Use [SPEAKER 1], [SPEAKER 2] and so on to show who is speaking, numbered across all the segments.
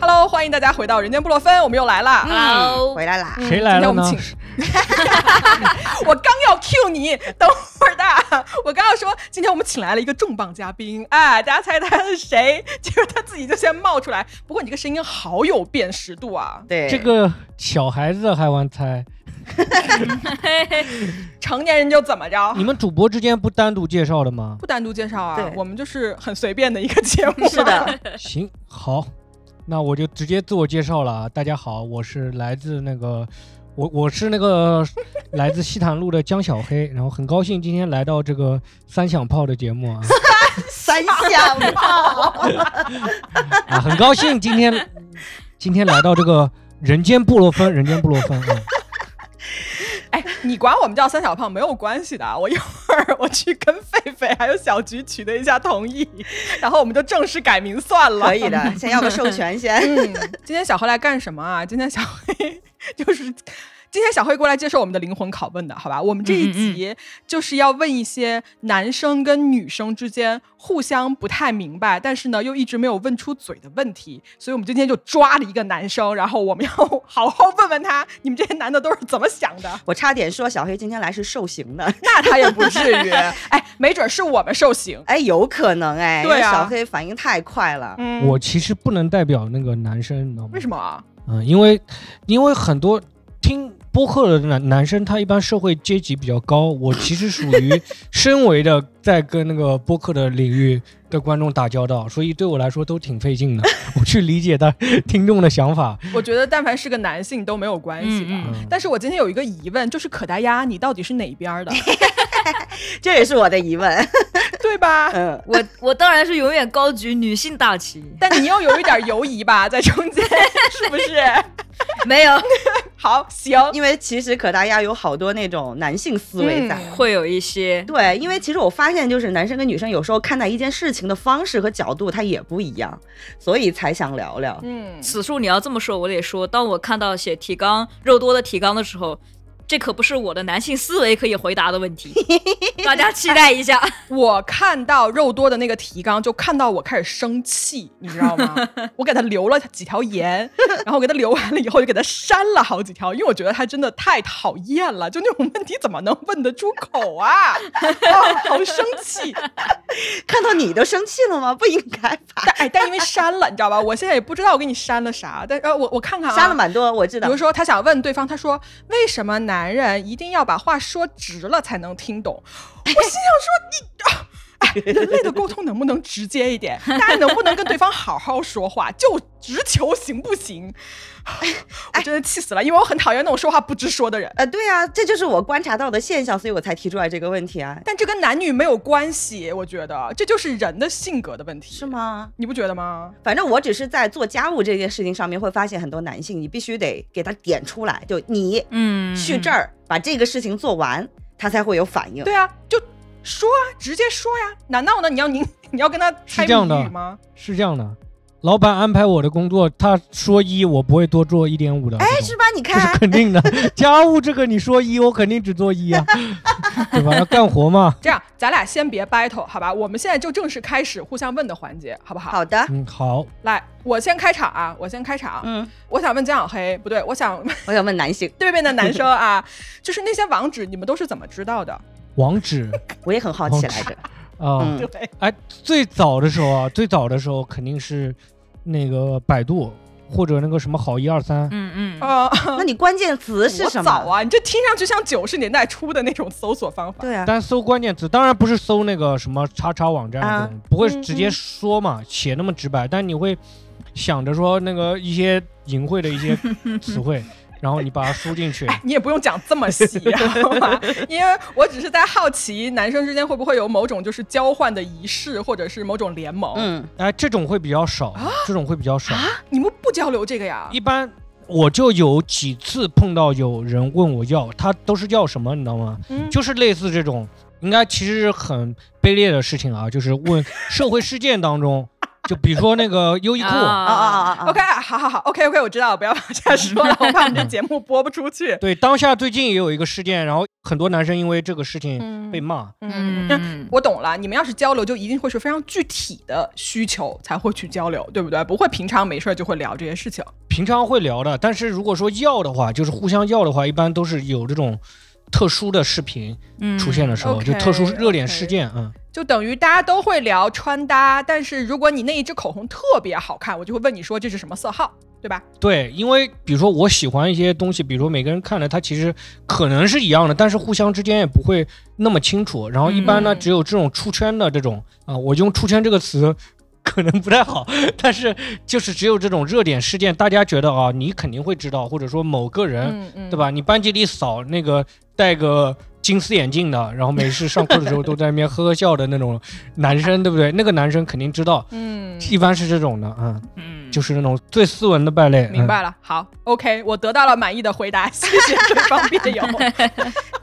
[SPEAKER 1] Hello，欢迎大家回到人间布洛芬，我们又来啦。
[SPEAKER 2] 嗯
[SPEAKER 3] Hello，
[SPEAKER 2] 回来啦！
[SPEAKER 1] 嗯
[SPEAKER 4] 谁来
[SPEAKER 1] 今
[SPEAKER 4] 了呢
[SPEAKER 1] 天我们请 我刚要 Q 你，等会儿的。我刚要说，今天我们请来了一个重磅嘉宾，哎，大家猜他是谁？结果他自己就先冒出来。不过你这个声音好有辨识度啊！
[SPEAKER 2] 对，
[SPEAKER 4] 这个小孩子还玩猜？
[SPEAKER 1] 成年人就怎么着
[SPEAKER 4] 你？们主播之间不单独介绍的吗？
[SPEAKER 1] 不单独介绍啊
[SPEAKER 2] 对，
[SPEAKER 1] 我们就是很随便的一个节目。啊
[SPEAKER 2] 是，的，
[SPEAKER 4] 行，好，那我就直接自我介绍了啊。大家好，我是来自那个，我我是那个来自西坦路的江小黑，然后很高兴今天来到这个三响炮的节目啊
[SPEAKER 2] 三响炮，
[SPEAKER 4] 啊，很高兴今天今天来到这个人间布洛芬，人间布洛芬啊。
[SPEAKER 1] 哎， 你管我们叫三小胖没有关系的啊。我一会儿我去跟狒狒还有小菊取得一下同意，然后我们就正式改名算了。
[SPEAKER 2] 可以的，先要个授权先。
[SPEAKER 1] 嗯，今天小黑来干什么啊？今天小黑 就是今天小黑过来接受我们的灵魂拷问的，好吧？我们这一集就是要问一些男生跟女生之间互相不太明白，但是呢又一直没有问出嘴的问题，所以我们今天就抓了一个男生，然后我们要 好好问问他，你们这些男的都是怎么想的？
[SPEAKER 2] 我差点说小黑今天来是受刑的，
[SPEAKER 1] 那他也不至于，哎，没准是我们受刑。
[SPEAKER 2] 哎，有可能哎，
[SPEAKER 1] 对啊
[SPEAKER 2] 因为小黑反应太快了，
[SPEAKER 1] 嗯
[SPEAKER 4] 我其实不能代表那个男生，你知道吗？
[SPEAKER 1] 为什么啊？
[SPEAKER 4] 嗯，因为因为很多听播客的男男生，他一般社会阶级比较高，我其实属于身为的在跟那个播客的领域的观众打交道，所以对我来说都挺费劲的，我去理解他听众的想法。
[SPEAKER 1] 我觉得但凡是个男性都没有关系的。
[SPEAKER 3] 嗯
[SPEAKER 4] 嗯，
[SPEAKER 1] 但是我今天有一个疑问，就是可达鸭，你到底是哪边儿的，
[SPEAKER 2] 这也是我的疑问。
[SPEAKER 1] 对吧？
[SPEAKER 2] 嗯，
[SPEAKER 3] 我我当然是永远高举女性大旗，
[SPEAKER 1] 但你又有一点犹疑吧，在中间是不是？
[SPEAKER 3] 没有
[SPEAKER 1] 好，行，
[SPEAKER 2] 因为其实可达鸭有好多那种男性思维在。
[SPEAKER 1] 嗯
[SPEAKER 3] 会有一些
[SPEAKER 2] 对，因为其实我发现，就是男生跟女生有时候看待一件事情的方式和角度，它也不一样，所以才想聊聊。
[SPEAKER 1] 嗯，
[SPEAKER 3] 此处你要这么说，我得说，当我看到写提纲肉多的提纲的时候，这可不是我的男性思维可以回答的问 题，大家期待一下。
[SPEAKER 1] 我看到肉多的那个提纲，就看到我开始生气，你知道吗？ 我给他留了几条言，然后我给他留完了以后，就给他删了好几条，因为我觉得他真的太讨厌了，就那种问题怎么能问得出口啊？ 啊，好生气！
[SPEAKER 2] 看到你都生气了吗？不应该 吧？
[SPEAKER 1] 但哎，但因为删了，你知道吧？我现在也不知道我给你删了啥，但呃，我我看看啊，
[SPEAKER 2] 删了蛮多，我知
[SPEAKER 1] 比
[SPEAKER 2] 道
[SPEAKER 1] 如。说，他想问对方，他说：“为什么男人一定要把话说直了才能听懂？”我心想说：“你，啊、哎，人类的沟通能不能直接一点？大家能不能跟对方好好说话？就直球行不行？”
[SPEAKER 2] 哎
[SPEAKER 1] 我真的气死了，因为我很讨厌那种说话不直说的人。
[SPEAKER 2] 呃，对啊，这就是我观察到的现象，所以我才提出来这个问题啊，
[SPEAKER 1] 但这跟男女没有关系，我觉得这就是人的性格的问题，
[SPEAKER 2] 是？吗？
[SPEAKER 1] 你不觉得吗？
[SPEAKER 2] 反正我只是在做家务这件事情上面会发现很多男性，你必须得给他点出来，就你
[SPEAKER 3] 嗯
[SPEAKER 2] 去这儿把这个事情做完，他才会有反应。
[SPEAKER 1] 对啊，就说啊，直接说呀、难道呢你要您 你要跟他猜
[SPEAKER 4] 这样的
[SPEAKER 1] 谜语吗？
[SPEAKER 4] 是这样的，老板安排我的工作，他说一，我不会多做一点五的。哎
[SPEAKER 2] 哎，是吧？你
[SPEAKER 4] 这是
[SPEAKER 2] 看，
[SPEAKER 4] 肯定的，家务这个你说一，我肯定只做一啊， 对吧？要干活嘛。
[SPEAKER 1] 这样，咱俩先别 battle，好吧？我们现在就正式开始互相问的环节，好不好？，
[SPEAKER 2] 好的，
[SPEAKER 4] 嗯，好，
[SPEAKER 1] 来，我先开场啊，我先开场。
[SPEAKER 2] 嗯，
[SPEAKER 1] 我想问江小黑，不对，我 想问
[SPEAKER 2] 我想问男性，
[SPEAKER 1] 对面的男生啊，就是那些网址，你们都是怎么知道的？
[SPEAKER 4] 网 址
[SPEAKER 2] 我也很好奇来着。
[SPEAKER 4] 啊。
[SPEAKER 2] 嗯，
[SPEAKER 1] 对，
[SPEAKER 4] 哎，最早的时候啊， 最早的时候肯定是那个百度或者那个什么好一二三，
[SPEAKER 3] 嗯嗯，
[SPEAKER 1] 呃，
[SPEAKER 2] 那你关键词是
[SPEAKER 1] 多
[SPEAKER 2] 什
[SPEAKER 1] 早
[SPEAKER 2] 么？
[SPEAKER 1] 啊！你这听上去像九十年代初的那种搜索方法。
[SPEAKER 2] 对啊，
[SPEAKER 4] 单搜关键词，当然不是搜那个什么叉叉网站
[SPEAKER 2] 啊
[SPEAKER 4] 这种，不会
[SPEAKER 1] 嗯
[SPEAKER 4] 直接说嘛，写那么直白，但你会想着说那个一些淫秽的一些词 汇，然后你把它输进去。
[SPEAKER 1] 哎，你也不用讲这么细，啊好吧？因为我只是在好奇，男生之间会不会有某种就是交换的仪式，或者是某种联盟？
[SPEAKER 2] 嗯，
[SPEAKER 4] 哎，这种会比较少，
[SPEAKER 1] 啊
[SPEAKER 4] 这种会比较少。
[SPEAKER 1] 你们不交流这个呀？
[SPEAKER 4] 一般我就有几次碰到有人问我要，他都是要什么，你知道吗？
[SPEAKER 1] 嗯
[SPEAKER 4] 就是类似 这种，应该其实是很卑劣的事情啊，就是问社会事件当中就比如说那个优衣库，
[SPEAKER 2] 啊啊啊啊啊
[SPEAKER 1] OK，好好好，OK OK，我知道了，不要往下说了，我怕我们这节目播不出去。
[SPEAKER 4] 对，当下最近也有一个事件，然后很多男生因为这个事情被骂。
[SPEAKER 1] 嗯，
[SPEAKER 3] 嗯，
[SPEAKER 1] 我懂了，你们要是交流，就一定会是非常具体的需求才会去交流，对不对？不会平常没事儿就会聊这些事情。
[SPEAKER 4] 平常会聊的，但是如果说要的话，就是互相要的话，一般都是有这种特殊的视频
[SPEAKER 3] 嗯
[SPEAKER 4] 出现的时候，
[SPEAKER 1] OK，
[SPEAKER 4] 就特殊热点
[SPEAKER 1] OK
[SPEAKER 4] 事件。嗯，
[SPEAKER 1] 就等于大家都会聊穿搭，但是如果你那一支口红特别好看，我就会问你说这是什么色号，对吧？
[SPEAKER 4] 对，因为比如说我喜欢一些东西，比如说每个人看的，它其实可能是一样的，但是互相之间也不会那么清楚。然后一般呢，
[SPEAKER 1] 嗯
[SPEAKER 4] 只有这种出圈的这种啊、我用“出圈”这个词可能不太好， 但是就是只有这种热点事件，大家觉得啊，你肯定会知道，或者说某个人，
[SPEAKER 1] 嗯嗯
[SPEAKER 4] 对？吧？你班级里扫那个戴个金丝眼镜的，然后每次上课的时候都在那边呵呵笑的那种男生，对不对？那个男生肯定知道，
[SPEAKER 1] 嗯，
[SPEAKER 4] 一般是这种的，嗯，
[SPEAKER 3] 嗯
[SPEAKER 4] 就是那种最斯文的败类。
[SPEAKER 1] 明
[SPEAKER 4] 嗯
[SPEAKER 1] 白了。好，OK，我得到了满意的回答，谢谢对方辩友。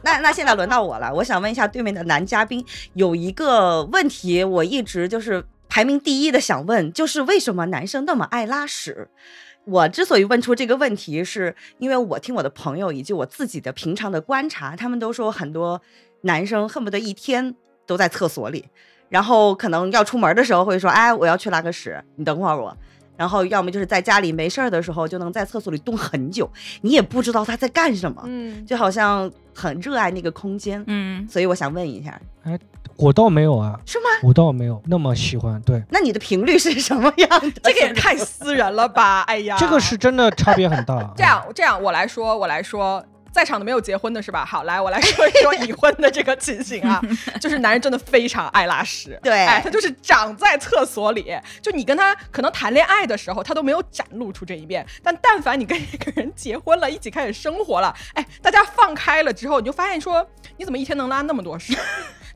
[SPEAKER 2] 那那现在轮到我了，我想问一下对面的男嘉宾有一个问题，我一直就是排名第一的想问，就是为什么男生那么爱拉屎？我之所以问出这个问题，是因为我听我的朋友以及我自己的平常的观察，他们都说很多男生恨不得一天都在厕所里，然后可能要出门的时候会说：“哎，我要去拉个屎，你等会儿我。”然后要么就是在家里没事儿的时候就能在厕所里蹲很久，你也不知道他在干什么。
[SPEAKER 1] 嗯，
[SPEAKER 2] 就好像很热爱那个空间，
[SPEAKER 3] 嗯，
[SPEAKER 2] 所以我想问一下，
[SPEAKER 4] 我倒没有啊，
[SPEAKER 2] 是吗？
[SPEAKER 4] 我倒没有那么喜欢。对，
[SPEAKER 2] 那你的频率是什么样的？
[SPEAKER 1] 这个也太私人了吧！哎呀，。
[SPEAKER 4] 这个是真的差别很大 啊
[SPEAKER 1] 这样，这样我来说，我来说，在场的没有结婚的是吧？好，来我来说一说已婚的这个情形啊，就是男人真的非常爱拉屎，
[SPEAKER 2] 对
[SPEAKER 1] 哎，他就是长在厕所里，就你跟他可能谈恋爱的时候，他都没有展露出这一面，但但凡你跟 一个人结婚了，一起开始生活了，哎，大家放开了之后，你就发现说，你怎么一天能拉那么多屎？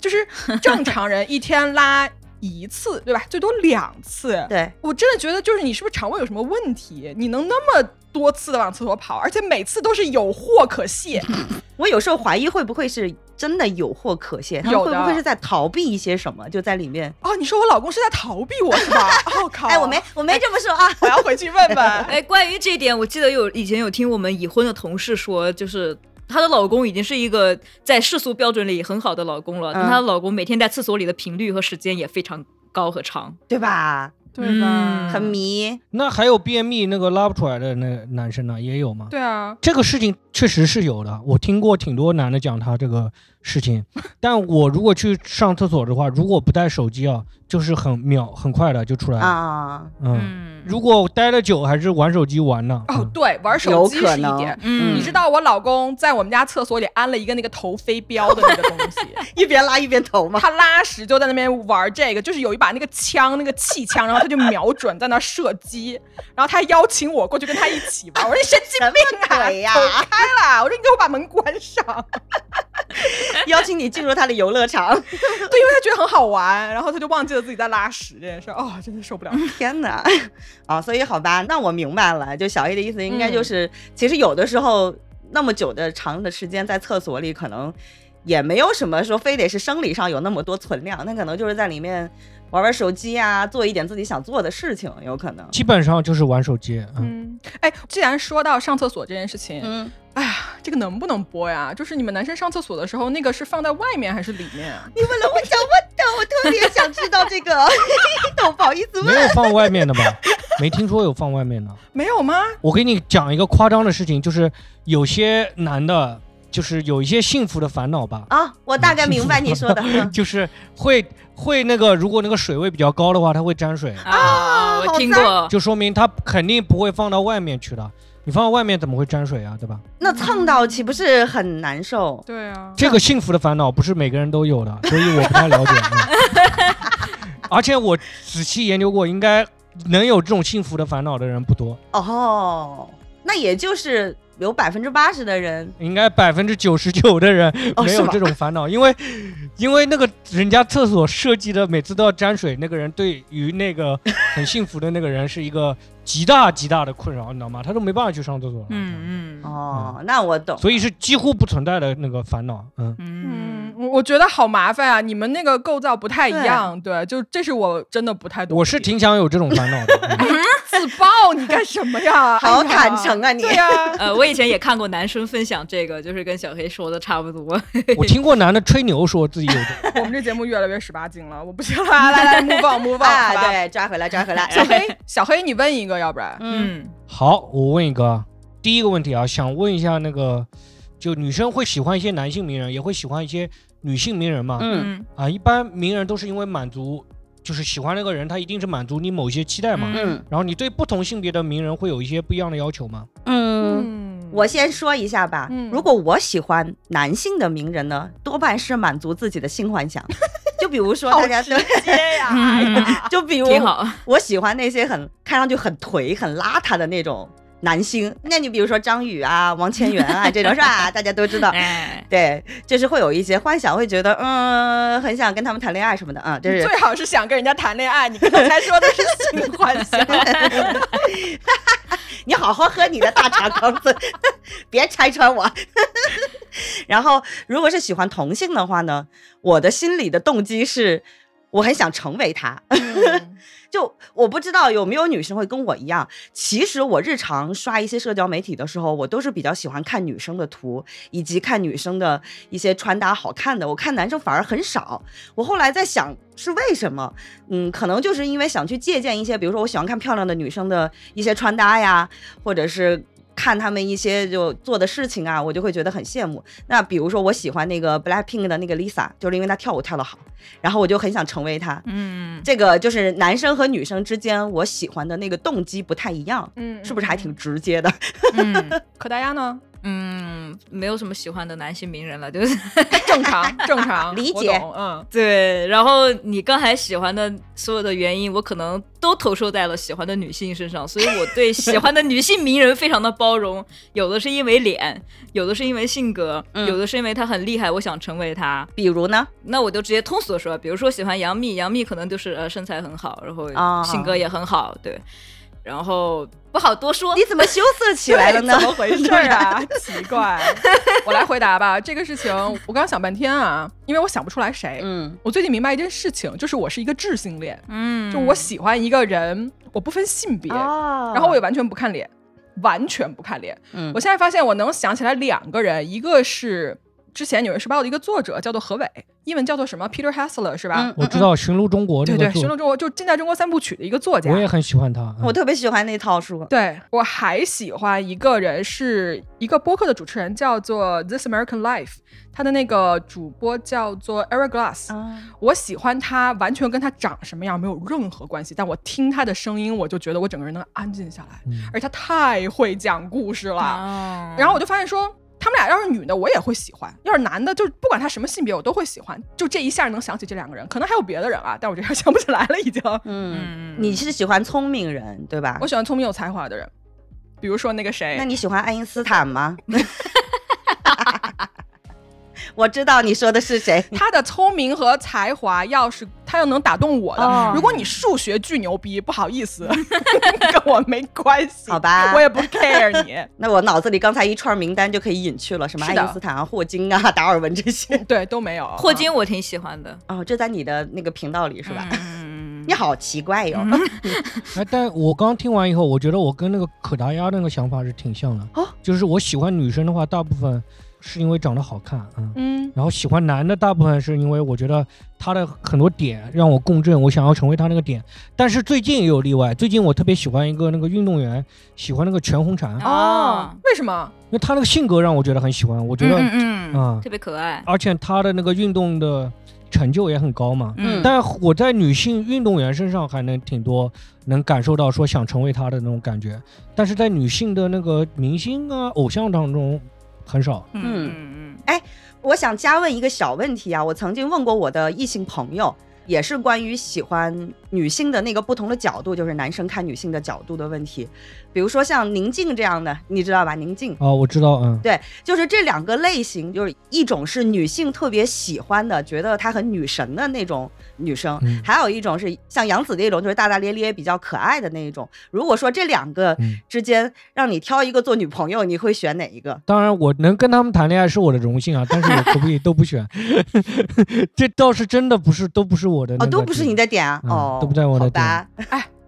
[SPEAKER 1] 就是正常人一天拉一次，对吧？最多两次，
[SPEAKER 2] 对，
[SPEAKER 1] 我真的觉得，就是你是不是肠胃有什么问题？你能那么多次的往厕所跑，而且每次都是有货可泄。
[SPEAKER 2] 我有时候怀疑会不会是真的有货可泄，他们
[SPEAKER 1] 有
[SPEAKER 2] 会
[SPEAKER 1] 的
[SPEAKER 2] 不会是在逃避一些什么，就在里面。
[SPEAKER 1] 哦，你说我老公是在逃避我是吧？哦靠！
[SPEAKER 2] 哎，我没，，我没这么说啊。
[SPEAKER 1] 我要回去问问。
[SPEAKER 3] 哎，关于这一点，我记得有以前有听我们已婚的同事说，就是她的老公已经是一个在世俗标准里很好的老公了，但
[SPEAKER 2] 嗯
[SPEAKER 3] 她的老公每天在厕所里的频率和时间也非常高和长。
[SPEAKER 2] 对吧？
[SPEAKER 1] 对吧？
[SPEAKER 3] 嗯
[SPEAKER 2] 很迷，
[SPEAKER 4] 那还有便秘那个拉不出来的那男生呢，也有吗？
[SPEAKER 1] 对啊，
[SPEAKER 4] 这个事情确实是有的，我听过挺多男的讲他这个事情。但我如果去上厕所的话，如果不带手机啊，就是很秒很快的就出来了。
[SPEAKER 2] 啊，
[SPEAKER 4] 嗯，
[SPEAKER 3] 嗯
[SPEAKER 4] 如果待的久，还是玩手机玩呢。
[SPEAKER 1] 哦
[SPEAKER 4] 嗯，
[SPEAKER 1] 对，玩手
[SPEAKER 2] 有
[SPEAKER 1] 机是
[SPEAKER 2] 可
[SPEAKER 1] 一
[SPEAKER 2] 能
[SPEAKER 1] 点。
[SPEAKER 3] 嗯，
[SPEAKER 1] 你知道我老公在我们家厕所里安了一个那个投飞镖的那个东 西，
[SPEAKER 2] 一边拉一边 投嘛。
[SPEAKER 1] 他拉屎就在那边玩这个，就是有一把那个枪，那个气枪，然后他就瞄准在那儿射击，然后他还邀请我过去跟他一起玩，我说你神经病
[SPEAKER 2] 什么
[SPEAKER 1] 啊，
[SPEAKER 2] 鬼呀
[SPEAKER 1] 走开啦！我说你给我把门关上，
[SPEAKER 2] 邀请你进入他的游乐场，
[SPEAKER 1] 对，因为他觉得很好玩，然后他就忘记了自己在拉屎这件事儿，哦，真是受不了。
[SPEAKER 2] 天哪！啊，所以好吧，那我明白了，就小 A 的意思应该就是，其实有的时候那么久的长的时间在厕所里，可能也没有什么说非得是生理上有那么多存量，那可能就是在里面玩玩手机啊，做一点自己想做的事情，有可能。
[SPEAKER 4] 基本上就是玩手机。嗯，
[SPEAKER 1] 嗯，哎，既然说到上厕所这件事情，
[SPEAKER 2] 嗯，
[SPEAKER 1] 哎呀，这个能不能播呀？就是你们男生上厕所的时候，那个是放在外面还是里面啊？
[SPEAKER 2] 你问了我想问的，我特别想知道这 个，都不好意思
[SPEAKER 4] 没
[SPEAKER 2] 问。
[SPEAKER 4] 有放外面的吧？没听说有放外面的。
[SPEAKER 1] 没有吗？
[SPEAKER 4] 我给你讲一个夸张的事情，就是有些男的，就是有一些幸福的烦恼吧。
[SPEAKER 2] 啊，我大概明白你 说的。嗯
[SPEAKER 4] 就是会会那个，如果那个水位比较高的话，它会沾水，
[SPEAKER 3] 啊，我
[SPEAKER 2] 好
[SPEAKER 3] 听
[SPEAKER 2] 脏
[SPEAKER 3] 过，
[SPEAKER 4] 就说明它肯定不会放到外面去的。你放到外面怎么会沾水啊？对吧？
[SPEAKER 2] 那蹭到岂不是很难受？
[SPEAKER 1] 对啊，
[SPEAKER 4] 这个幸福的烦恼不是每个人都有的，所以我不太了解。嗯而且我仔细研究过，应该能有这种幸福的烦恼的人不多，
[SPEAKER 2] 哦，那也就是有百分之八十的人
[SPEAKER 4] 应该百分之九十九的人
[SPEAKER 2] 哦
[SPEAKER 4] 没
[SPEAKER 2] 是
[SPEAKER 4] 有
[SPEAKER 2] 吗
[SPEAKER 4] 这种烦恼，因为因为那个人家厕所设计的每次都要沾水，那个人对于那个很幸福的那个人是一个极大极大的困扰，你知道吗？他都没办法去上厕所了，
[SPEAKER 3] 嗯嗯
[SPEAKER 2] 哦，那我懂。
[SPEAKER 4] 所以是几乎不存在的那个烦恼，嗯。
[SPEAKER 3] 嗯
[SPEAKER 1] 嗯，
[SPEAKER 3] 嗯，
[SPEAKER 1] 我我觉得好麻烦啊！你们那个构造不太一样，对，就这是我真的不太懂。
[SPEAKER 4] 我是挺想有这种烦恼的。嗯
[SPEAKER 1] 自爆，你干什么呀？
[SPEAKER 2] 好
[SPEAKER 1] 哎呀
[SPEAKER 2] 坦诚啊你
[SPEAKER 1] 对呀、
[SPEAKER 3] 呃，我以前也看过男生分享这个，就是跟小黑说的差不多。
[SPEAKER 4] 嗯 我听过男的吹牛说自己有这，
[SPEAKER 1] 我们这节目越来越十八禁了，我不 行了，来来来，木棒木棒，好
[SPEAKER 2] 啊，
[SPEAKER 1] 吧。
[SPEAKER 2] 对，抓回来，抓回来。
[SPEAKER 1] 小黑，小黑，你问一个，要不然，
[SPEAKER 2] 嗯，
[SPEAKER 3] 嗯，
[SPEAKER 4] 好，我问一个啊，第一个问题啊，想问一下那个，就女生会喜欢一些男性名人，也会喜欢一些女性名人嘛？
[SPEAKER 2] 嗯
[SPEAKER 3] 嗯
[SPEAKER 4] 啊，一般名人都是因为满足，就是喜欢那个人，他一定是满足你某些期待嘛。
[SPEAKER 3] 嗯
[SPEAKER 2] 嗯
[SPEAKER 4] 然后你对不同性别的名人会有一些不一样的要求吗？
[SPEAKER 2] 嗯，
[SPEAKER 1] 嗯
[SPEAKER 2] 我先说一下吧
[SPEAKER 1] 嗯。
[SPEAKER 2] 如果我喜欢男性的名人呢，多半是满足自己的性幻想。就比如说
[SPEAKER 1] 好
[SPEAKER 2] 大家
[SPEAKER 1] 直
[SPEAKER 2] 都，
[SPEAKER 1] 接呀、
[SPEAKER 3] 嗯
[SPEAKER 1] 哎呀
[SPEAKER 2] 就比如
[SPEAKER 3] 挺好。
[SPEAKER 2] 我喜欢那些很看上去很颓、很邋遢的那种男星。那你比如说张宇啊、王千源啊这种是吧？ 大家都知道。
[SPEAKER 3] 哎，
[SPEAKER 2] 对，就是会有一些幻想，会觉得嗯，很想跟他们谈恋爱什么的啊、嗯，这是
[SPEAKER 1] 最好是想跟人家谈恋爱，你刚才说的是性 幻想，
[SPEAKER 2] 你好好喝你的大茶缸子， 别拆穿我。 然后，如果是喜欢同性的话呢，我的心里的动机是，我很想成为他。就我不知道有没有女生会跟我一样，其实我日常刷一些社交媒体的时候，我都是比较喜欢看女生的图，以及看女生的一些穿搭好看的。我看男生反而很少。我后来在想是为什么？嗯，可能就是因为想去借鉴一些，比如说我喜欢看漂亮的女生的一些穿搭呀，或者是。看她们一些就做的事情啊，我就会觉得很羡慕。那比如说，我喜欢那个 BLACKPINK 的那个 Lisa，就是因为她跳舞跳得好，然后我就很想成为她。
[SPEAKER 3] 嗯，
[SPEAKER 2] 这个就是男生和女生之间，我喜欢的那个动机不太一样，
[SPEAKER 1] 嗯，
[SPEAKER 2] 是不是还挺直接的？
[SPEAKER 3] 嗯
[SPEAKER 1] 可大家呢？
[SPEAKER 3] 嗯，没有什么喜欢的男性名人了，就是
[SPEAKER 1] 正 常，正常，
[SPEAKER 2] 理
[SPEAKER 1] 我
[SPEAKER 2] 解
[SPEAKER 1] 懂嗯，
[SPEAKER 3] 对。然后你刚才喜欢的所有的原因，我可能都投射在了喜欢的女性身上，所以我对喜欢的女性名人非常的包容。有的是因为脸，有的是因为性格，
[SPEAKER 2] 嗯
[SPEAKER 3] 有的是因为她很厉害，我想成为她。
[SPEAKER 2] 比如呢？
[SPEAKER 3] 那我就直接通俗的说，比如说喜欢杨幂，杨幂可能就是呃身材很好，然后
[SPEAKER 2] 啊
[SPEAKER 3] 性格也很好，对，然后不好多说
[SPEAKER 2] 你。怎么羞涩起来了 呢？
[SPEAKER 1] 对怎么回事儿啊？奇怪，我来回答吧。这个事情我刚想半天啊，因为我想不出来谁。
[SPEAKER 2] 嗯
[SPEAKER 1] 我最近明白一件事情，就是我是一个智性恋，
[SPEAKER 3] 嗯，
[SPEAKER 1] 就我喜欢一个人，我不分性别，
[SPEAKER 2] 哦
[SPEAKER 1] 然后我也完全不看脸，完全不看脸。
[SPEAKER 2] 嗯
[SPEAKER 1] 我现在发现我能想起来两个人，一个是之前《纽约时报》的一个作者，叫做何伟，英文叫做什么 Peter Hessler 是吧？
[SPEAKER 2] 嗯
[SPEAKER 4] 我知道《寻路中国》
[SPEAKER 1] 对
[SPEAKER 4] 那
[SPEAKER 1] 对，
[SPEAKER 4] 个
[SPEAKER 1] 《寻
[SPEAKER 4] 作
[SPEAKER 1] 路中国》就近代中国三部曲的一个作家。
[SPEAKER 4] 我也很喜欢他。嗯
[SPEAKER 2] 我特别喜欢那套书。
[SPEAKER 1] 对我还喜欢一个人，是一个播客的主持人，叫做 This American Life，他的那个主播叫做 Eric Glass。
[SPEAKER 2] 啊，
[SPEAKER 1] 我喜欢他，完全跟他长什么样没有任何关系，但我听他的声音，我就觉得我整个人能安静下来，
[SPEAKER 4] 嗯
[SPEAKER 1] 而且他太会讲故事了。
[SPEAKER 3] 啊
[SPEAKER 1] 然后我就发现说，他们俩要是女的，我也会喜欢；要是男的，就是不管他什么性别，我都会喜欢。就这一下能想起这两个人，可能还有别的人啊，但我这下想不起来了，已经。
[SPEAKER 2] 嗯，
[SPEAKER 3] 嗯，
[SPEAKER 2] 你是喜欢聪明人对吧
[SPEAKER 1] 我？喜欢聪明有才华的人，比如说那个谁，
[SPEAKER 2] 那你喜欢爱因斯坦吗？ 我知道你说的是谁。
[SPEAKER 1] 他的聪明和才华，要是他要能打动我的，
[SPEAKER 2] 哦
[SPEAKER 1] 如果你数学巨牛逼，不好意思，跟我没关系，
[SPEAKER 2] 好吧
[SPEAKER 1] 我也不 care 你。
[SPEAKER 2] 那我脑子里刚才一串名单就可以隐去了，什么爱
[SPEAKER 1] 是的
[SPEAKER 2] 因斯坦啊、霍金啊、达尔文这些。
[SPEAKER 1] 对，都没有。
[SPEAKER 3] 霍金我挺喜欢的，
[SPEAKER 2] 哦，这在你的那个频道里是吧？
[SPEAKER 3] 嗯
[SPEAKER 2] 你好奇怪哟、
[SPEAKER 4] 哎，但我刚听完以后，我觉得我跟那个可达鸭那个想法是挺像的。
[SPEAKER 2] 哦
[SPEAKER 4] 就是我喜欢女生的话，大部分是因为长得好看，嗯。
[SPEAKER 1] 嗯，
[SPEAKER 4] 然后喜欢男的，大部分是因为我觉得他的很多点让我共振，我想要成为他那个点。但是最近也有例外，最近我特别喜欢一个那个运动员，喜欢那个全红婵，
[SPEAKER 2] 嗯
[SPEAKER 4] 因
[SPEAKER 1] 哦
[SPEAKER 3] 哦，，
[SPEAKER 1] 为什么？
[SPEAKER 4] 为他那个性格让我觉得很喜欢。我觉得，
[SPEAKER 3] 嗯嗯
[SPEAKER 4] 啊
[SPEAKER 3] 嗯，特别可爱，
[SPEAKER 4] 而且他的那个运动的成就也很高嘛。
[SPEAKER 2] 嗯
[SPEAKER 4] 但我在女性运动员身上还能挺多能感受到说想成为她的那种感觉，但是在女性的那个明星啊、偶像当中很少。
[SPEAKER 3] 嗯嗯
[SPEAKER 2] 我想加问一个小问题啊，我曾经问过我的异性朋友，也是关于喜欢女性的那个不同的角度，就是男生看女性的角度的问题。比如说像宁静这样的，你知道吧？宁静。
[SPEAKER 4] 啊，我知道，嗯，
[SPEAKER 2] 对，就是这两个类型，就是一种是女性特别喜欢的，觉得她很女神的那种女生，
[SPEAKER 4] 嗯
[SPEAKER 2] 还有一种是像杨紫那种，就是大大咧咧、比较可爱的那一种。如果说这两个
[SPEAKER 4] 嗯
[SPEAKER 2] 之间让你挑一个做女朋友，你会选哪一个？哦
[SPEAKER 4] 当然我能跟他们谈恋爱是我的荣幸啊，但是我可不可以都不选？ 这倒是真的不是，都不是我的、
[SPEAKER 2] 哦，
[SPEAKER 4] 那个
[SPEAKER 2] 都不是你的点啊！
[SPEAKER 4] 嗯
[SPEAKER 2] 哦，
[SPEAKER 4] 都不在我的
[SPEAKER 2] 好
[SPEAKER 4] 点
[SPEAKER 2] 吧，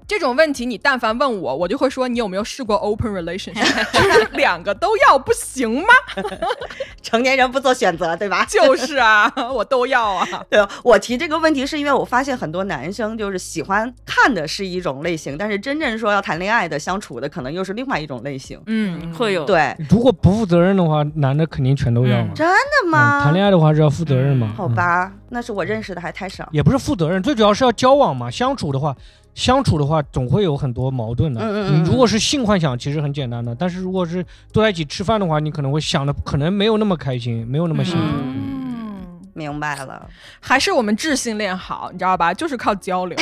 [SPEAKER 1] 这种问题你但凡问我，我就会说你有没有试过 open relationship，就是两个都要不行吗？
[SPEAKER 2] 成年人不做选择，对吧？
[SPEAKER 1] 就是啊，我都要啊。
[SPEAKER 2] 对，我提这个问题是因为我发现很多男生就是喜欢看的是一种类型，但是真正说要谈恋爱的相处的，可能又是另外一种类型。
[SPEAKER 3] 嗯，会有，
[SPEAKER 2] 对，
[SPEAKER 4] 如果不负责任的话，男的肯定全都要嘛。
[SPEAKER 3] 嗯
[SPEAKER 2] 真的
[SPEAKER 4] 嗯
[SPEAKER 2] 吗？
[SPEAKER 4] 谈恋爱的话是要负责任嘛？
[SPEAKER 2] 好
[SPEAKER 4] 嗯
[SPEAKER 2] 吧，那是我认识的还太少。
[SPEAKER 4] 也不是负责任，最主要是要交往嘛。相处的话，相处的话总会有很多矛盾的。
[SPEAKER 2] 嗯嗯嗯
[SPEAKER 4] 你如果是性幻想，其实很简单的，但是如果是坐在一起吃饭的话，你可能会想的可能没有那么开心，没有那么幸福。
[SPEAKER 3] 嗯
[SPEAKER 1] 嗯，
[SPEAKER 2] 明白 了，
[SPEAKER 1] 还是我们智性恋好，你知道吧？就是靠交流，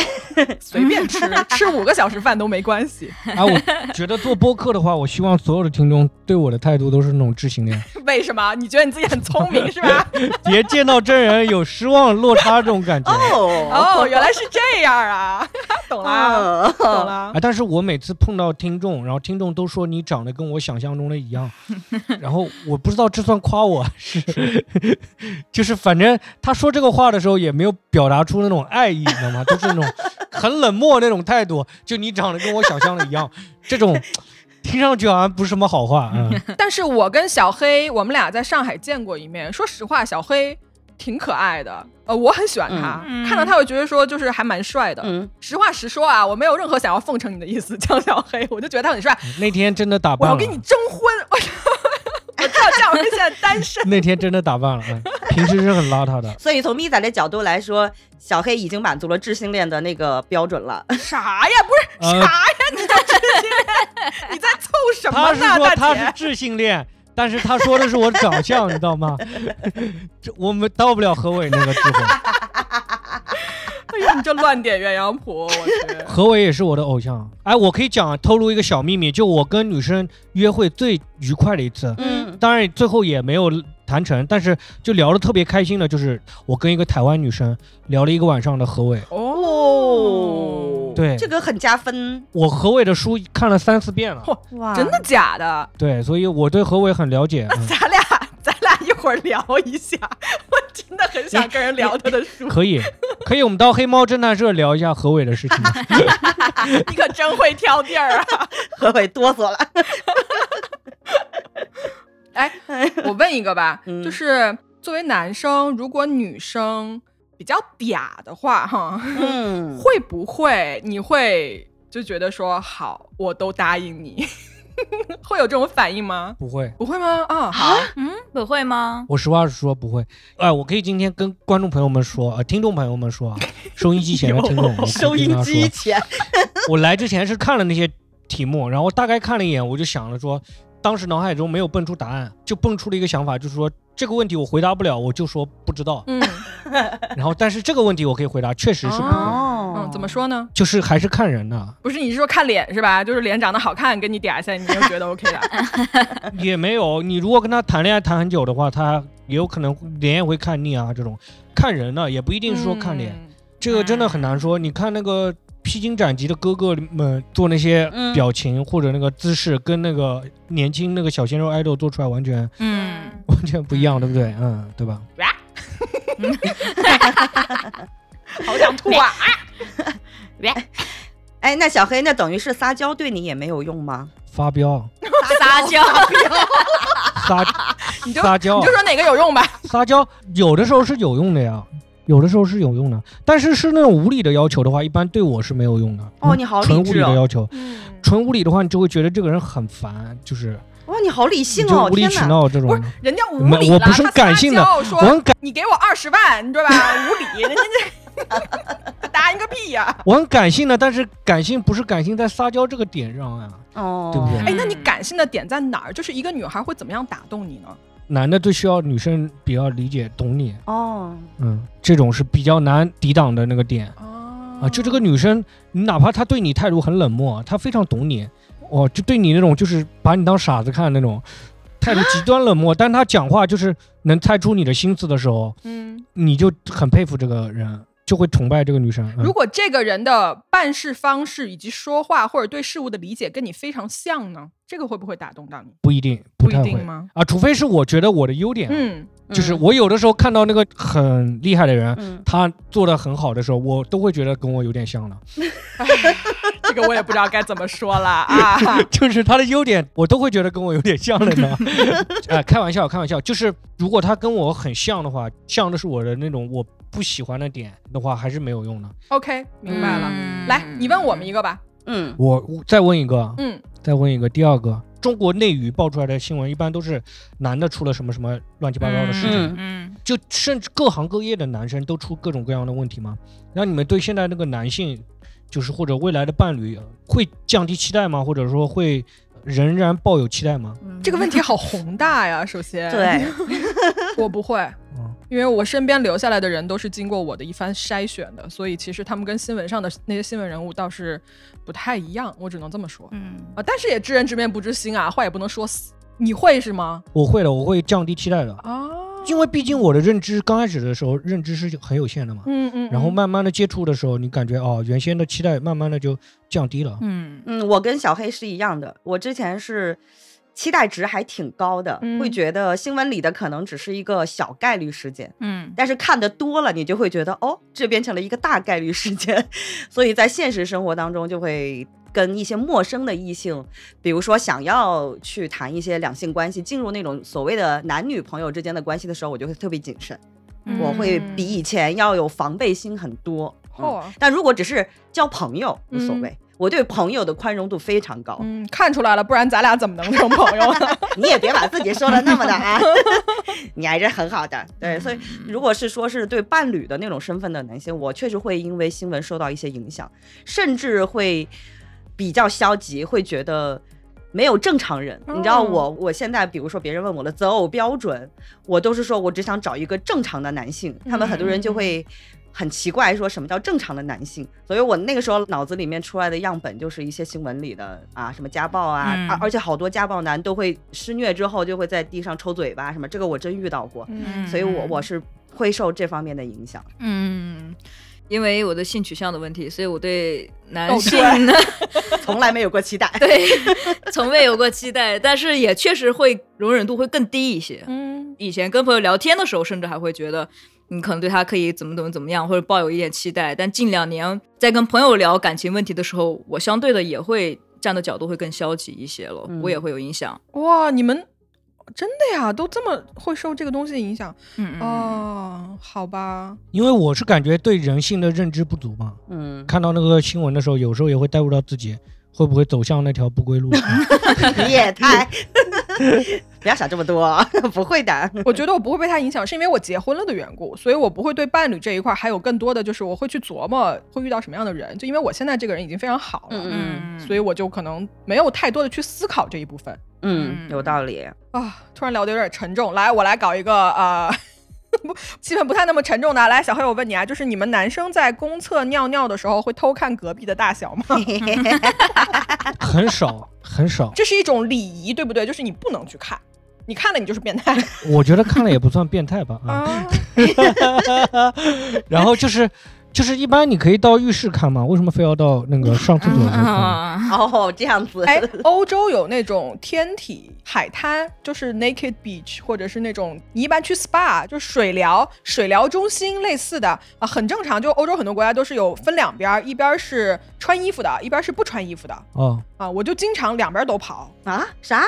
[SPEAKER 1] 随便吃，吃五个小时饭都没关系。
[SPEAKER 4] 哎，我觉得做播客的话，我希望所有的听众对我的态度都是那种知性恋，
[SPEAKER 1] 为什么？你觉得你自己很聪 明是吧？
[SPEAKER 4] 别见到真人有失望落差这种感觉。
[SPEAKER 2] 哦
[SPEAKER 1] 哦，原来是这样啊， 懂了，
[SPEAKER 2] 哦，
[SPEAKER 1] 懂了
[SPEAKER 4] 啊！。但是我每次碰到听众，然后听众都说你长得跟我想象中的一样， 然后我不知道这算夸我 是，就是反正他说这个话的时候也没有表达出那种爱意，你知道吗？都是那种很冷漠那种态度，就你长得跟我想象的 一样，这种听上去好像不是什么好话啊、嗯
[SPEAKER 1] 但是我跟小黑，我们俩在上海见过一面。说实话，小黑挺可爱的，呃，我很喜欢他，
[SPEAKER 3] 嗯
[SPEAKER 1] 看到他我觉得说就是还蛮帅的。
[SPEAKER 2] 嗯，
[SPEAKER 1] 实话实说啊，我没有任何想要奉承你的意思，江小黑，我就觉得他很帅，
[SPEAKER 4] 那天真的打
[SPEAKER 1] 我
[SPEAKER 4] 扮
[SPEAKER 1] 要
[SPEAKER 4] 了，
[SPEAKER 1] 跟你征婚。 我我知道江小黑现在单身，
[SPEAKER 4] 那天真的打扮了，嗯平时是很邋 遢的。
[SPEAKER 2] 所以从咪仔的角度来说，小黑已经满足了智性恋的那个标准了。
[SPEAKER 1] 啥呀？不是啥
[SPEAKER 4] 呃
[SPEAKER 1] 呀？你在直 接你在凑什么
[SPEAKER 4] 他是
[SPEAKER 1] 呢，
[SPEAKER 4] 说
[SPEAKER 1] 大
[SPEAKER 4] 他是
[SPEAKER 1] 姐？
[SPEAKER 4] 智性恋，但是他说的是我长相，你知道吗？ 这我们到不了何伟那个智慧，
[SPEAKER 1] 哎呀，你这乱点鸳鸯谱，我去。
[SPEAKER 4] 何伟也是我的偶像。哎，我可以讲透露一个小秘密，就我跟女生约会最愉快的一次，
[SPEAKER 2] 嗯，
[SPEAKER 4] 当然最后也没有谈成，但是就聊得特别开心的，就是我跟一个台湾女生聊了一个晚上的何伟。
[SPEAKER 1] 哦，
[SPEAKER 4] 对，
[SPEAKER 2] 这个很加分
[SPEAKER 4] 我何伟的书看了三四遍了
[SPEAKER 1] 嚯，
[SPEAKER 2] 哇
[SPEAKER 1] 真的假的？
[SPEAKER 4] 对，所以我对何伟很了解。嗯
[SPEAKER 1] 咱俩咱俩一会儿聊一下，我真的很想跟人聊他的书。
[SPEAKER 4] 可以，可以，我们到黑猫侦探社聊一下何伟的事情。
[SPEAKER 1] 你可真会挑地儿啊！
[SPEAKER 2] 何伟哆嗦了。
[SPEAKER 1] 哎， 我问一个吧，
[SPEAKER 2] 嗯
[SPEAKER 1] 就是作为男生，如果女生比较嗲的话，哈，
[SPEAKER 2] 嗯，
[SPEAKER 1] 会不会你会就觉得说好，我都答应你， 会有这种反应吗？
[SPEAKER 4] 不会，
[SPEAKER 1] 不会吗？啊、好，
[SPEAKER 3] 嗯，不会吗？
[SPEAKER 4] 我实话实说不会。哎，我可以今天跟观众朋友们说，呃，听众朋友们说啊，收音机前的 听众，我可以
[SPEAKER 2] 收
[SPEAKER 4] 跟
[SPEAKER 2] 音
[SPEAKER 4] 他
[SPEAKER 2] 机
[SPEAKER 4] 说，
[SPEAKER 2] 前，
[SPEAKER 4] 我来之前是看了那些题目，然后大概看了一眼，我就想了说，当时脑海中没有蹦出答案，就蹦出了一个想法，就是说这个问题我回答不了，我就说不知道。
[SPEAKER 1] 嗯
[SPEAKER 4] 然后，但是这个问题我可以回答，确实是不会，
[SPEAKER 2] 哦
[SPEAKER 1] 嗯，怎么？说呢？
[SPEAKER 4] 就是还是看人的、
[SPEAKER 1] 不是，你是说看脸是吧？就是脸长得好看，跟你嗲一下，你就觉得 OK 了。
[SPEAKER 4] 也没有。你如果跟他谈恋爱谈很久的话，他也有可能脸也会看腻啊，这种看人的，也不一定是说看脸。
[SPEAKER 1] 嗯
[SPEAKER 4] 这个真的很难说。你看那个披荆斩棘的哥哥们做那些
[SPEAKER 2] 嗯
[SPEAKER 4] 表情或者那个姿势，跟那个年轻那个小鲜肉爱豆做出来完全
[SPEAKER 3] 嗯，
[SPEAKER 4] 完全不一样，对不对？嗯，对吧？
[SPEAKER 1] 好想吐啊！
[SPEAKER 2] 哎，那小黑，那等于是撒娇对你也没有用吗？
[SPEAKER 4] 发飙，
[SPEAKER 3] 撒娇，
[SPEAKER 4] 撒
[SPEAKER 1] 你就
[SPEAKER 4] 撒娇
[SPEAKER 1] 你就，说哪个有用吧。
[SPEAKER 4] 撒娇，有的时候是有用的呀。有的时候是有用的，但是是那种无理的要求的话，一般对我是没有用的。嗯
[SPEAKER 2] 哦你好理
[SPEAKER 4] 纯无
[SPEAKER 2] 智
[SPEAKER 4] 理
[SPEAKER 2] 哦
[SPEAKER 4] 的要求，
[SPEAKER 1] 嗯，
[SPEAKER 4] 纯无理的话，你就会觉得这个人很烦，就是
[SPEAKER 2] 哇，你好理性
[SPEAKER 4] 你
[SPEAKER 2] 哦
[SPEAKER 4] 就！无理
[SPEAKER 2] 天
[SPEAKER 4] 取
[SPEAKER 2] 哪，
[SPEAKER 4] 闹这种
[SPEAKER 1] 不。是人家无
[SPEAKER 4] 没
[SPEAKER 1] 理
[SPEAKER 4] 我
[SPEAKER 1] 了
[SPEAKER 4] 不是
[SPEAKER 1] 他
[SPEAKER 4] 感
[SPEAKER 1] 撒
[SPEAKER 4] 性的
[SPEAKER 1] 娇
[SPEAKER 4] 我
[SPEAKER 1] 说
[SPEAKER 4] 很感，
[SPEAKER 1] 你给我二十万，你知道吧？无理，人家 这答应个屁呀、
[SPEAKER 4] 我很感性的，但是感性不是感性在撒娇这个点上啊。
[SPEAKER 2] 哦，
[SPEAKER 4] 对不对
[SPEAKER 1] 哎，那你感性的点在哪儿？就是一个女孩会怎么样打动你呢？
[SPEAKER 4] 男的最需要女生比较理解、懂你，
[SPEAKER 2] 哦，
[SPEAKER 4] 嗯，这种是比较难抵挡的那个点。
[SPEAKER 1] 哦，
[SPEAKER 4] 啊，就这个女生，你哪怕她对你态度很冷漠，她非常懂你，哦，就对你那种就是把你当傻子看那种，态度极端冷漠，但她讲话就是能猜出你的心思的时候，
[SPEAKER 1] 嗯，
[SPEAKER 4] 你就很佩服这个人，就会崇拜这个女生。嗯
[SPEAKER 1] 如果这个人的办事方式以及说话或者对事物的理解跟你非常像呢，这个会不会打动到你？
[SPEAKER 4] 不一定，
[SPEAKER 1] 不一
[SPEAKER 4] 太会
[SPEAKER 1] 定吗？
[SPEAKER 4] 啊，除非是我觉得我的优点啊，
[SPEAKER 1] 嗯，
[SPEAKER 4] 就是
[SPEAKER 2] 嗯
[SPEAKER 4] 我有的时候看到那个很厉害的人，
[SPEAKER 2] 嗯，
[SPEAKER 4] 他做的很好的时候，我都会觉得跟我有点像了，
[SPEAKER 1] 这个我也不知道该怎么说了 啊。
[SPEAKER 4] 就是他的优点，我都会觉得跟我有点像了呢。啊，开玩笑，开玩笑，就是如果他跟我很像的话，像的是我的那种我不喜欢的点的话，还是没有用的。
[SPEAKER 1] OK，明白了。
[SPEAKER 3] 嗯
[SPEAKER 1] 来，你问我们一个吧。
[SPEAKER 2] 嗯，
[SPEAKER 4] 我我再问一个，
[SPEAKER 1] 嗯，
[SPEAKER 4] 再问一个，第二个，中国内娱爆出来的新闻一般都是男的出了什么什么乱七八糟的事情，
[SPEAKER 3] 嗯嗯，
[SPEAKER 4] 就甚至各行各业的男生都出各种各样的问题吗？那你们对现在那个男性，就是或者未来的伴侣，呃会降低期待吗？或者说会仍然抱有期待吗？
[SPEAKER 1] 这个问题好宏大呀。首先，，
[SPEAKER 2] 对，
[SPEAKER 1] 我不会
[SPEAKER 4] 嗯。
[SPEAKER 1] 因为我身边留下来的人都是经过我的一番筛选的，所以其实他们跟新闻上的那些新闻人物倒是不太一样，我只能这么说
[SPEAKER 3] 嗯，
[SPEAKER 1] 啊。但是也知人知面不知心啊，话也不能说死。你会是吗？
[SPEAKER 4] 我会的，我会降低期待的，
[SPEAKER 1] 啊，
[SPEAKER 4] 因为毕竟我的认知刚开始的时候认知是很有限的嘛。
[SPEAKER 1] 嗯嗯，
[SPEAKER 4] 然后
[SPEAKER 1] 嗯
[SPEAKER 4] 慢慢的接触的时候，你感觉哦，原先的期待慢慢的就降低了。
[SPEAKER 3] 嗯，
[SPEAKER 2] 嗯，我跟小黑是一样的，我之前是期待值还挺高的，会
[SPEAKER 1] 嗯
[SPEAKER 2] 觉得新闻里的可能只是一个小概率事件。
[SPEAKER 3] 嗯，
[SPEAKER 2] 但是看的多了，你就会觉得哦，这变成了一个大概率事件， 所以在现实生活当中就会跟一些陌生的异性，比如说想要去谈一些两性关系，进入那种所谓的男女朋友之间的关系的时候，我就会特别谨慎，
[SPEAKER 3] 嗯
[SPEAKER 2] 我会比以前要有防备心很多。嗯、
[SPEAKER 1] 嚯，
[SPEAKER 2] 但如果只是交朋友无所
[SPEAKER 1] 嗯
[SPEAKER 2] 谓，我对朋友的宽容度非常高。
[SPEAKER 1] 嗯，看出来了，不然咱俩怎么能成朋 友呢？
[SPEAKER 2] 你也别把自己说的那么的啊， 你还是很好的。
[SPEAKER 1] 嗯
[SPEAKER 2] 对，所以如果是说是对伴侣的那种身份的男性，我确实会因为新闻受到一些影响，甚至会比较消极，会觉得。没有正常人，
[SPEAKER 1] 哦
[SPEAKER 2] 你知道我，我现在比如说别人问我的择偶标准，我都是说我只想找一个正常的男性。他们很多人就
[SPEAKER 1] 嗯
[SPEAKER 2] 会很奇怪，说什么叫正常的男性？所以我那个时候脑子里面出来的样本就是一些新闻里的啊，什么家暴啊，
[SPEAKER 3] 嗯
[SPEAKER 2] 啊而且好多家暴男都会施虐之后就会在地上抽嘴巴什么，这个我真遇到过，
[SPEAKER 1] 嗯
[SPEAKER 2] 所以我我是会受这方面的影响。
[SPEAKER 3] 嗯，因为我的性取向的问题，所以我对
[SPEAKER 1] 哦
[SPEAKER 3] 男性呢，
[SPEAKER 2] 从来没有过期待。
[SPEAKER 3] 对从未有过期待，但是也确实会容忍度会更低一些。
[SPEAKER 1] 嗯
[SPEAKER 3] 以前跟朋友聊天的时候，甚至还会觉得你可能对他可以怎么怎么怎么样，或者抱有一点期待。但近两年在跟朋友聊感情问题的时候，我相对的也会站的角度会更消极一些了，
[SPEAKER 2] 嗯
[SPEAKER 3] 我也会有影响。
[SPEAKER 1] 哇，你们真的呀，都这么会受这个东西影响
[SPEAKER 3] 嗯嗯
[SPEAKER 1] 哦？好吧，
[SPEAKER 4] 因为我是感觉对人性的认知不足嘛，
[SPEAKER 2] 嗯，
[SPEAKER 4] 看到那个新闻的时候，有时候也会带入到自己会不会走向那条不归路。
[SPEAKER 2] 你也太 不要想这么多， 不会的。
[SPEAKER 1] 我觉得我不会被他影响，是因为我结婚了的缘故，所以我不会对伴侣这一块还有更多的就是我会去琢磨会遇到什么样的人，就因为我现在这个人已经非常好了，
[SPEAKER 2] 嗯
[SPEAKER 3] 嗯，
[SPEAKER 1] 所以我就可能没有太多的去思考这一部分
[SPEAKER 2] 嗯，有道理。
[SPEAKER 1] 啊。突然聊的有点沉重，来，我来搞一个啊。呃 不，气氛不太那么沉重的。来，小黑，我问你啊，就是你们男生在公厕尿尿的时候会偷看隔壁的大小吗？
[SPEAKER 4] 啊很少，很少。
[SPEAKER 1] 这是一种礼仪，对不对？就是你不能去看，你看了你就是变态
[SPEAKER 4] 我觉得看了也不算变态吧啊。
[SPEAKER 1] 啊。嗯
[SPEAKER 4] 然后就是就是一般你可以到浴室看嘛，为什么非要到那个上厕所的时
[SPEAKER 1] 嗯
[SPEAKER 4] 候看？
[SPEAKER 3] 啊，
[SPEAKER 2] 哦，这样 子。
[SPEAKER 1] 哎，欧洲有那种天体海滩，就是 naked beach，或者是那种你一般去 spa，就是水疗、水疗中心类似的啊，很正常。就欧洲很多国家都是有分两边儿，一边儿是穿衣服的，一边儿是不穿衣服的
[SPEAKER 4] 哦，
[SPEAKER 1] 啊。我就经常两边儿都跑，
[SPEAKER 2] 啊，啥？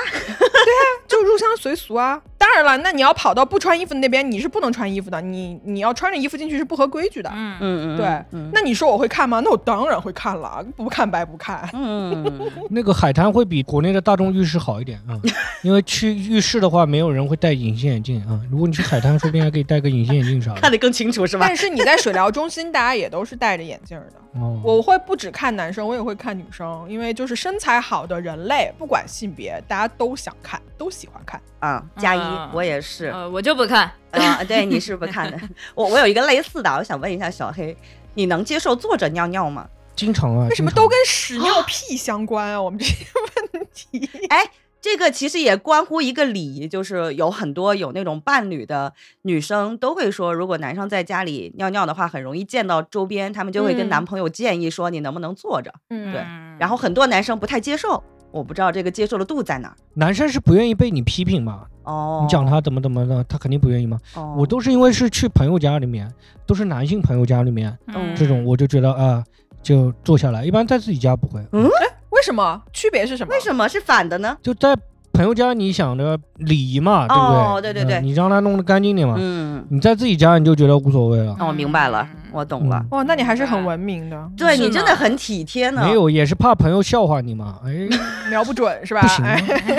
[SPEAKER 1] 就入乡随俗啊。当然了，那你要跑到不穿衣服的那边，你是不能穿衣服的，你你要穿着衣服进去是不合规矩的。
[SPEAKER 3] 嗯
[SPEAKER 2] 嗯嗯，
[SPEAKER 1] 对，
[SPEAKER 2] 嗯
[SPEAKER 1] 那你说我会看吗？那我当然会看了，不看白不看。
[SPEAKER 2] 嗯，
[SPEAKER 4] 那个海滩会比国内的大众浴室好一点 啊，因为去浴室的话，没有人会戴隐形眼镜啊。如果你去海滩，说不定还可以戴个隐形眼镜啥
[SPEAKER 2] 看
[SPEAKER 4] 的。
[SPEAKER 2] 得更清楚是吧
[SPEAKER 1] 但？是你在水疗中心，大家也都是戴着眼镜儿的。
[SPEAKER 4] 哦，
[SPEAKER 1] 我会不只看男生，我也会看女生，因为就是身材好的人类，不管性别，大家都想看，都喜欢看。
[SPEAKER 2] 啊，加
[SPEAKER 3] 啊
[SPEAKER 1] 嗯
[SPEAKER 2] 一，我也是。
[SPEAKER 3] 呃，我就不看。
[SPEAKER 2] 啊，对，你是不看的。我我有一个类似的，我想问一下小黑，你能接受坐着尿尿吗？
[SPEAKER 4] 经常啊，
[SPEAKER 1] 为什么
[SPEAKER 4] 经常
[SPEAKER 1] 都跟屎尿屁相关啊？我们这些问题，
[SPEAKER 2] 哎，这个其实也关乎一个礼仪，就是有很多有那种伴侣的女生都会说，如果男生在家里尿尿的话，很容易溅到周边，他们就会跟
[SPEAKER 1] 嗯
[SPEAKER 2] 男朋友建议说，你能不能坐着？
[SPEAKER 1] 嗯
[SPEAKER 2] 对然后很多男生不太接受，我不知道这个接受的度在哪儿。
[SPEAKER 4] 男生是不愿意被你批评嘛？
[SPEAKER 2] 哦，
[SPEAKER 4] 你讲他怎么怎么的，他肯定不愿意嘛。
[SPEAKER 2] 哦，
[SPEAKER 4] 我都是因为是去朋友家里面，都是男性朋友家里面，
[SPEAKER 2] 嗯
[SPEAKER 4] 这种我就觉得啊、就坐下来。一般在自己家不会，
[SPEAKER 1] 嗯为什么？区别是什么？
[SPEAKER 2] 为什么是反的呢？
[SPEAKER 4] 就在朋友家，你想着礼仪嘛，对不对？
[SPEAKER 2] 哦对对对
[SPEAKER 4] 嗯你让他弄得干净点嘛。
[SPEAKER 2] 嗯，
[SPEAKER 4] 你在自己家你就觉得无所谓啊了，
[SPEAKER 2] 那我明白了，我懂了。
[SPEAKER 4] 嗯
[SPEAKER 1] 哇，那你还是很文明的，
[SPEAKER 2] 对
[SPEAKER 3] 是
[SPEAKER 2] 你真
[SPEAKER 3] 吗
[SPEAKER 2] 的很体贴呢，
[SPEAKER 4] 没有也是怕朋友笑话你嘛。 哎，
[SPEAKER 1] 瞄不准是吧？
[SPEAKER 4] 不行啊，
[SPEAKER 1] 哎，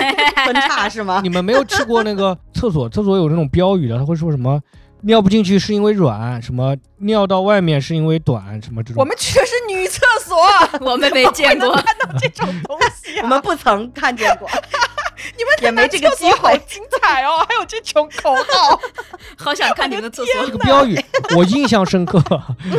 [SPEAKER 2] 分叉是吗
[SPEAKER 4] 你？们没有去过那个厕所， 厕所有那种标语的，他会说什么尿不进去是因为软，什么尿到外面是因为短，什么这 种。
[SPEAKER 1] 我们去的是女厕所，
[SPEAKER 3] 我们没见过，
[SPEAKER 1] 这种东西、啊，
[SPEAKER 2] 我们不曾看见 过，
[SPEAKER 1] 你们
[SPEAKER 2] 也没这个机
[SPEAKER 1] 好
[SPEAKER 2] 会
[SPEAKER 1] 精彩哦，还有这种口号，
[SPEAKER 3] 好想看你们的厕
[SPEAKER 4] 这个
[SPEAKER 3] 所。
[SPEAKER 4] 标语 我印象深刻，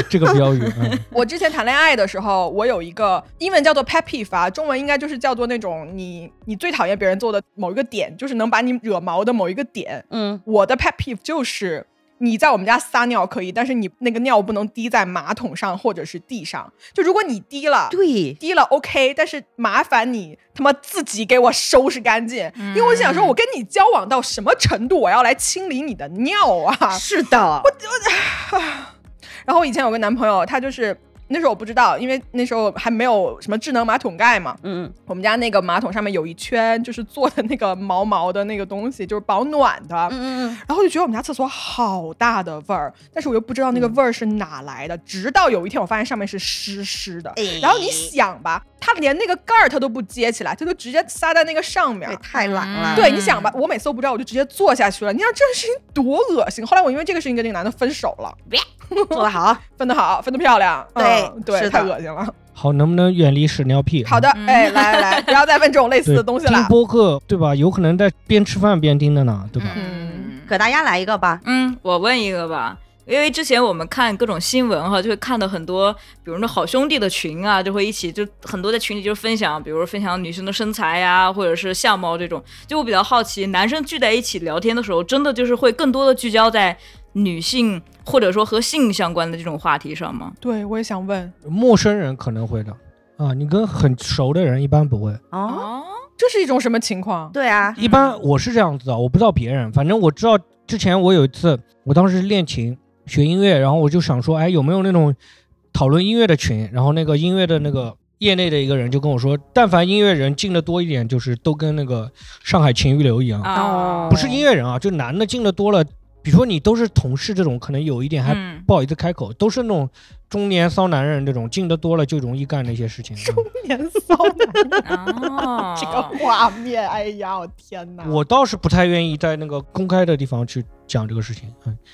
[SPEAKER 4] 这个标语，嗯、
[SPEAKER 1] 我之前谈恋爱的时候，我有一个英文叫做 pet peeve 啊，中文应该就是叫做那种你你最讨厌别人做的某一个点，就是能把你惹毛的某一个点。
[SPEAKER 2] 嗯，
[SPEAKER 1] 我的 pet peeve 就是你在我们家撒尿可以，但是你那个尿不能滴在马桶上或者是地上。就如果你滴了，
[SPEAKER 2] 对，
[SPEAKER 1] 滴了 OK，但是麻烦你他妈自己给我收拾干净，因为我想说，我跟你交往到什么程度，我要来清理你的尿啊？
[SPEAKER 2] 是 的，
[SPEAKER 1] 然后我以前有个男朋友，他就是那时候我不知道，因为那时候还没有什么智能马桶盖嘛。
[SPEAKER 2] 嗯，
[SPEAKER 1] 我们家那个马桶上面有一圈就是做的那个毛毛的那个东西，就是保暖的。
[SPEAKER 2] 嗯嗯嗯，
[SPEAKER 1] 然后就觉得我们家厕所好大的味儿，但是我又不知道那个味儿是哪来的。直到有一天，我发现上面是湿湿的。
[SPEAKER 2] 哎
[SPEAKER 1] 然后你想吧，它连那个盖儿它都不揭起来，它就直接撒在那个上面
[SPEAKER 2] 这。太懒了，
[SPEAKER 1] 对，你想吧，我每次都不知道，我就直接坐下去了。你想这个事情多恶心！后来我因为这个事情跟这个男的分手了。
[SPEAKER 2] 做得好，
[SPEAKER 3] 嗯
[SPEAKER 1] 分得好，分得漂亮，
[SPEAKER 2] 对
[SPEAKER 1] 嗯、对，
[SPEAKER 2] 是的
[SPEAKER 1] 太恶心了。
[SPEAKER 4] 好，能不能远离屎尿屁？
[SPEAKER 1] 好的，
[SPEAKER 3] 嗯
[SPEAKER 1] 哎，来来 来，不要再问这种类似
[SPEAKER 4] 对，
[SPEAKER 1] 的东西
[SPEAKER 4] 听
[SPEAKER 1] 了。
[SPEAKER 4] 播客对吧？有可能在边吃饭边听的呢，对吧？
[SPEAKER 1] 嗯
[SPEAKER 2] 给大家来一个吧，
[SPEAKER 3] 嗯，我问一个吧，因为之前我们看各种新闻哈，就会看到很多，比如那好兄弟的群啊，就会一起就很多在群里就是分享，比如分享女生的身材呀、或者是相貌这种。就我比较好奇，男生聚在一起聊天的时候，真的就是会更多的聚焦在女性或者说和性相关的这种话题上吗？
[SPEAKER 1] 对，我也想问，
[SPEAKER 4] 陌生人可能会的啊，你跟很熟的人一般不会。
[SPEAKER 2] 哦，
[SPEAKER 3] 哦，
[SPEAKER 1] 这是一种什么情况？
[SPEAKER 2] 对啊，
[SPEAKER 4] 一般我是这样子啊的，我不知道别人，反正我知道之前我有一次，我当时是练琴学音乐，然后我就想说，哎，有没有那种讨论音乐的群？然后那个音乐的那个业内的一个人就跟我说，但凡音乐人进的多一点，就是都跟那个上海情欲流一样，
[SPEAKER 3] 啊，
[SPEAKER 4] 不是音乐人啊，就男的进的多了，比如说你都是同事这种，可能有一点还
[SPEAKER 3] 嗯，
[SPEAKER 4] 不好意思开口，都是那种中年骚男人这种进的多了就容易干那些事情。嗯
[SPEAKER 1] 年骚男，
[SPEAKER 3] 哦
[SPEAKER 1] 这个画面，哎呀，我天哪！
[SPEAKER 4] 我倒是不太愿意在那个公开的地方去讲这个事情。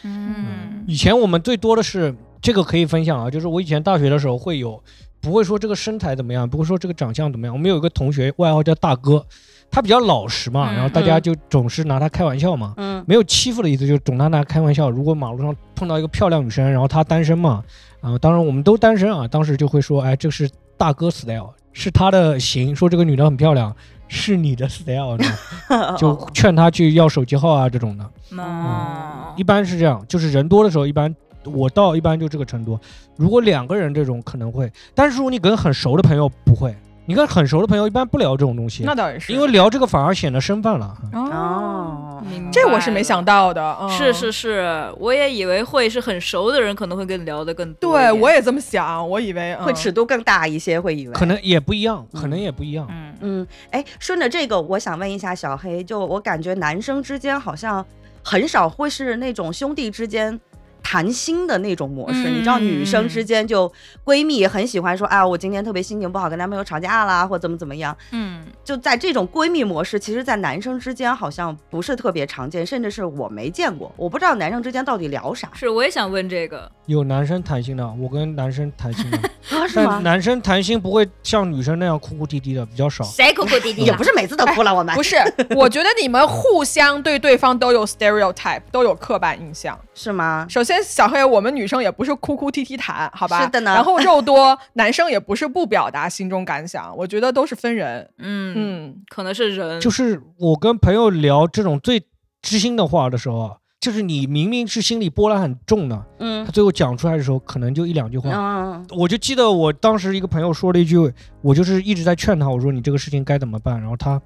[SPEAKER 4] 嗯，
[SPEAKER 3] 嗯
[SPEAKER 4] 以前我们最多的是这个可以分享啊，就是我以前大学的时候会有，不会说这个身材怎么样，不会说这个长相怎么样。我们有一个同学外号叫大哥，他比较老实嘛，
[SPEAKER 3] 嗯
[SPEAKER 4] 然后大家就总是拿他开玩笑嘛，
[SPEAKER 2] 嗯，
[SPEAKER 4] 没有欺负的意思，就是总拿他开玩笑。如果马路上碰到一个漂亮女生，然后她单身嘛，啊、当然我们都单身啊，当时就会说，哎，这是大哥 style，是他的型，说这个女的很漂亮，是你的 style 呢。
[SPEAKER 2] 哦
[SPEAKER 4] 就劝他去要手机号啊这种的，
[SPEAKER 3] 哦
[SPEAKER 4] 一，般是这样，就是人多的时候，一般我到一般就这个程度。如果两个人这种可能会，但是如果你跟很熟的朋友不会，你跟很熟的朋友一般不聊这种东西
[SPEAKER 1] 那，倒也是，
[SPEAKER 4] 因为聊这个反而显得生分了。
[SPEAKER 1] 哦，
[SPEAKER 2] 哦，
[SPEAKER 3] 明白
[SPEAKER 1] 这我是没想到的。嗯、
[SPEAKER 3] 是是，是，我也以为会是很熟的人可能会跟你聊的更多一
[SPEAKER 1] 对
[SPEAKER 3] 点。
[SPEAKER 1] 我也这么想，我以为、嗯、
[SPEAKER 2] 会尺度更大一些，会以为
[SPEAKER 4] 可能也不一样，
[SPEAKER 2] 嗯
[SPEAKER 4] 可能也不一样。
[SPEAKER 3] 嗯
[SPEAKER 2] 嗯，哎，顺着这个，我想问一下小黑，就我感觉男生之间好像很少会是那种兄弟之间谈心的那种模式。
[SPEAKER 3] 嗯
[SPEAKER 2] 你知道，女生之间就闺蜜也很喜欢说，啊，我今天特别心情不好，跟男朋友吵架啦，或怎么怎么样。
[SPEAKER 3] 嗯，
[SPEAKER 2] 就在这种闺蜜模式，其实，在男生之间好像不是特别常见，甚至是我没见过。我不知道男生之间到底聊啥
[SPEAKER 3] 是，我也想问这个。
[SPEAKER 4] 有男生谈心的，我跟男生谈心的，
[SPEAKER 2] 啊？是
[SPEAKER 4] 但
[SPEAKER 2] 吗？
[SPEAKER 4] 男生谈心不会像女生那样哭哭啼啼的，比较少。
[SPEAKER 3] 谁哭哭啼
[SPEAKER 2] 也哎不是每次都哭了，我们
[SPEAKER 1] 不是，我觉得你们互相对对方都有 stereotype，都有刻板印象。
[SPEAKER 2] 是吗？
[SPEAKER 1] 首先，小黑，我们女生也不是哭哭啼啼谈，好吧？
[SPEAKER 2] 是的呢
[SPEAKER 1] 然后肉多，男生也不是不表达心中感想，我觉得都是分人。
[SPEAKER 3] 嗯，
[SPEAKER 1] 嗯，
[SPEAKER 3] 可能是人，
[SPEAKER 4] 就是我跟朋友聊这种最知心的话的时候啊，就是你明明是心里波澜很重的，
[SPEAKER 2] 嗯
[SPEAKER 4] 他最后讲出来的时候，可能就一两句话。
[SPEAKER 2] 嗯，
[SPEAKER 4] 我就记得我当时一个朋友说了一句，我就是一直在劝他，我说你这个事情该怎么办？然后他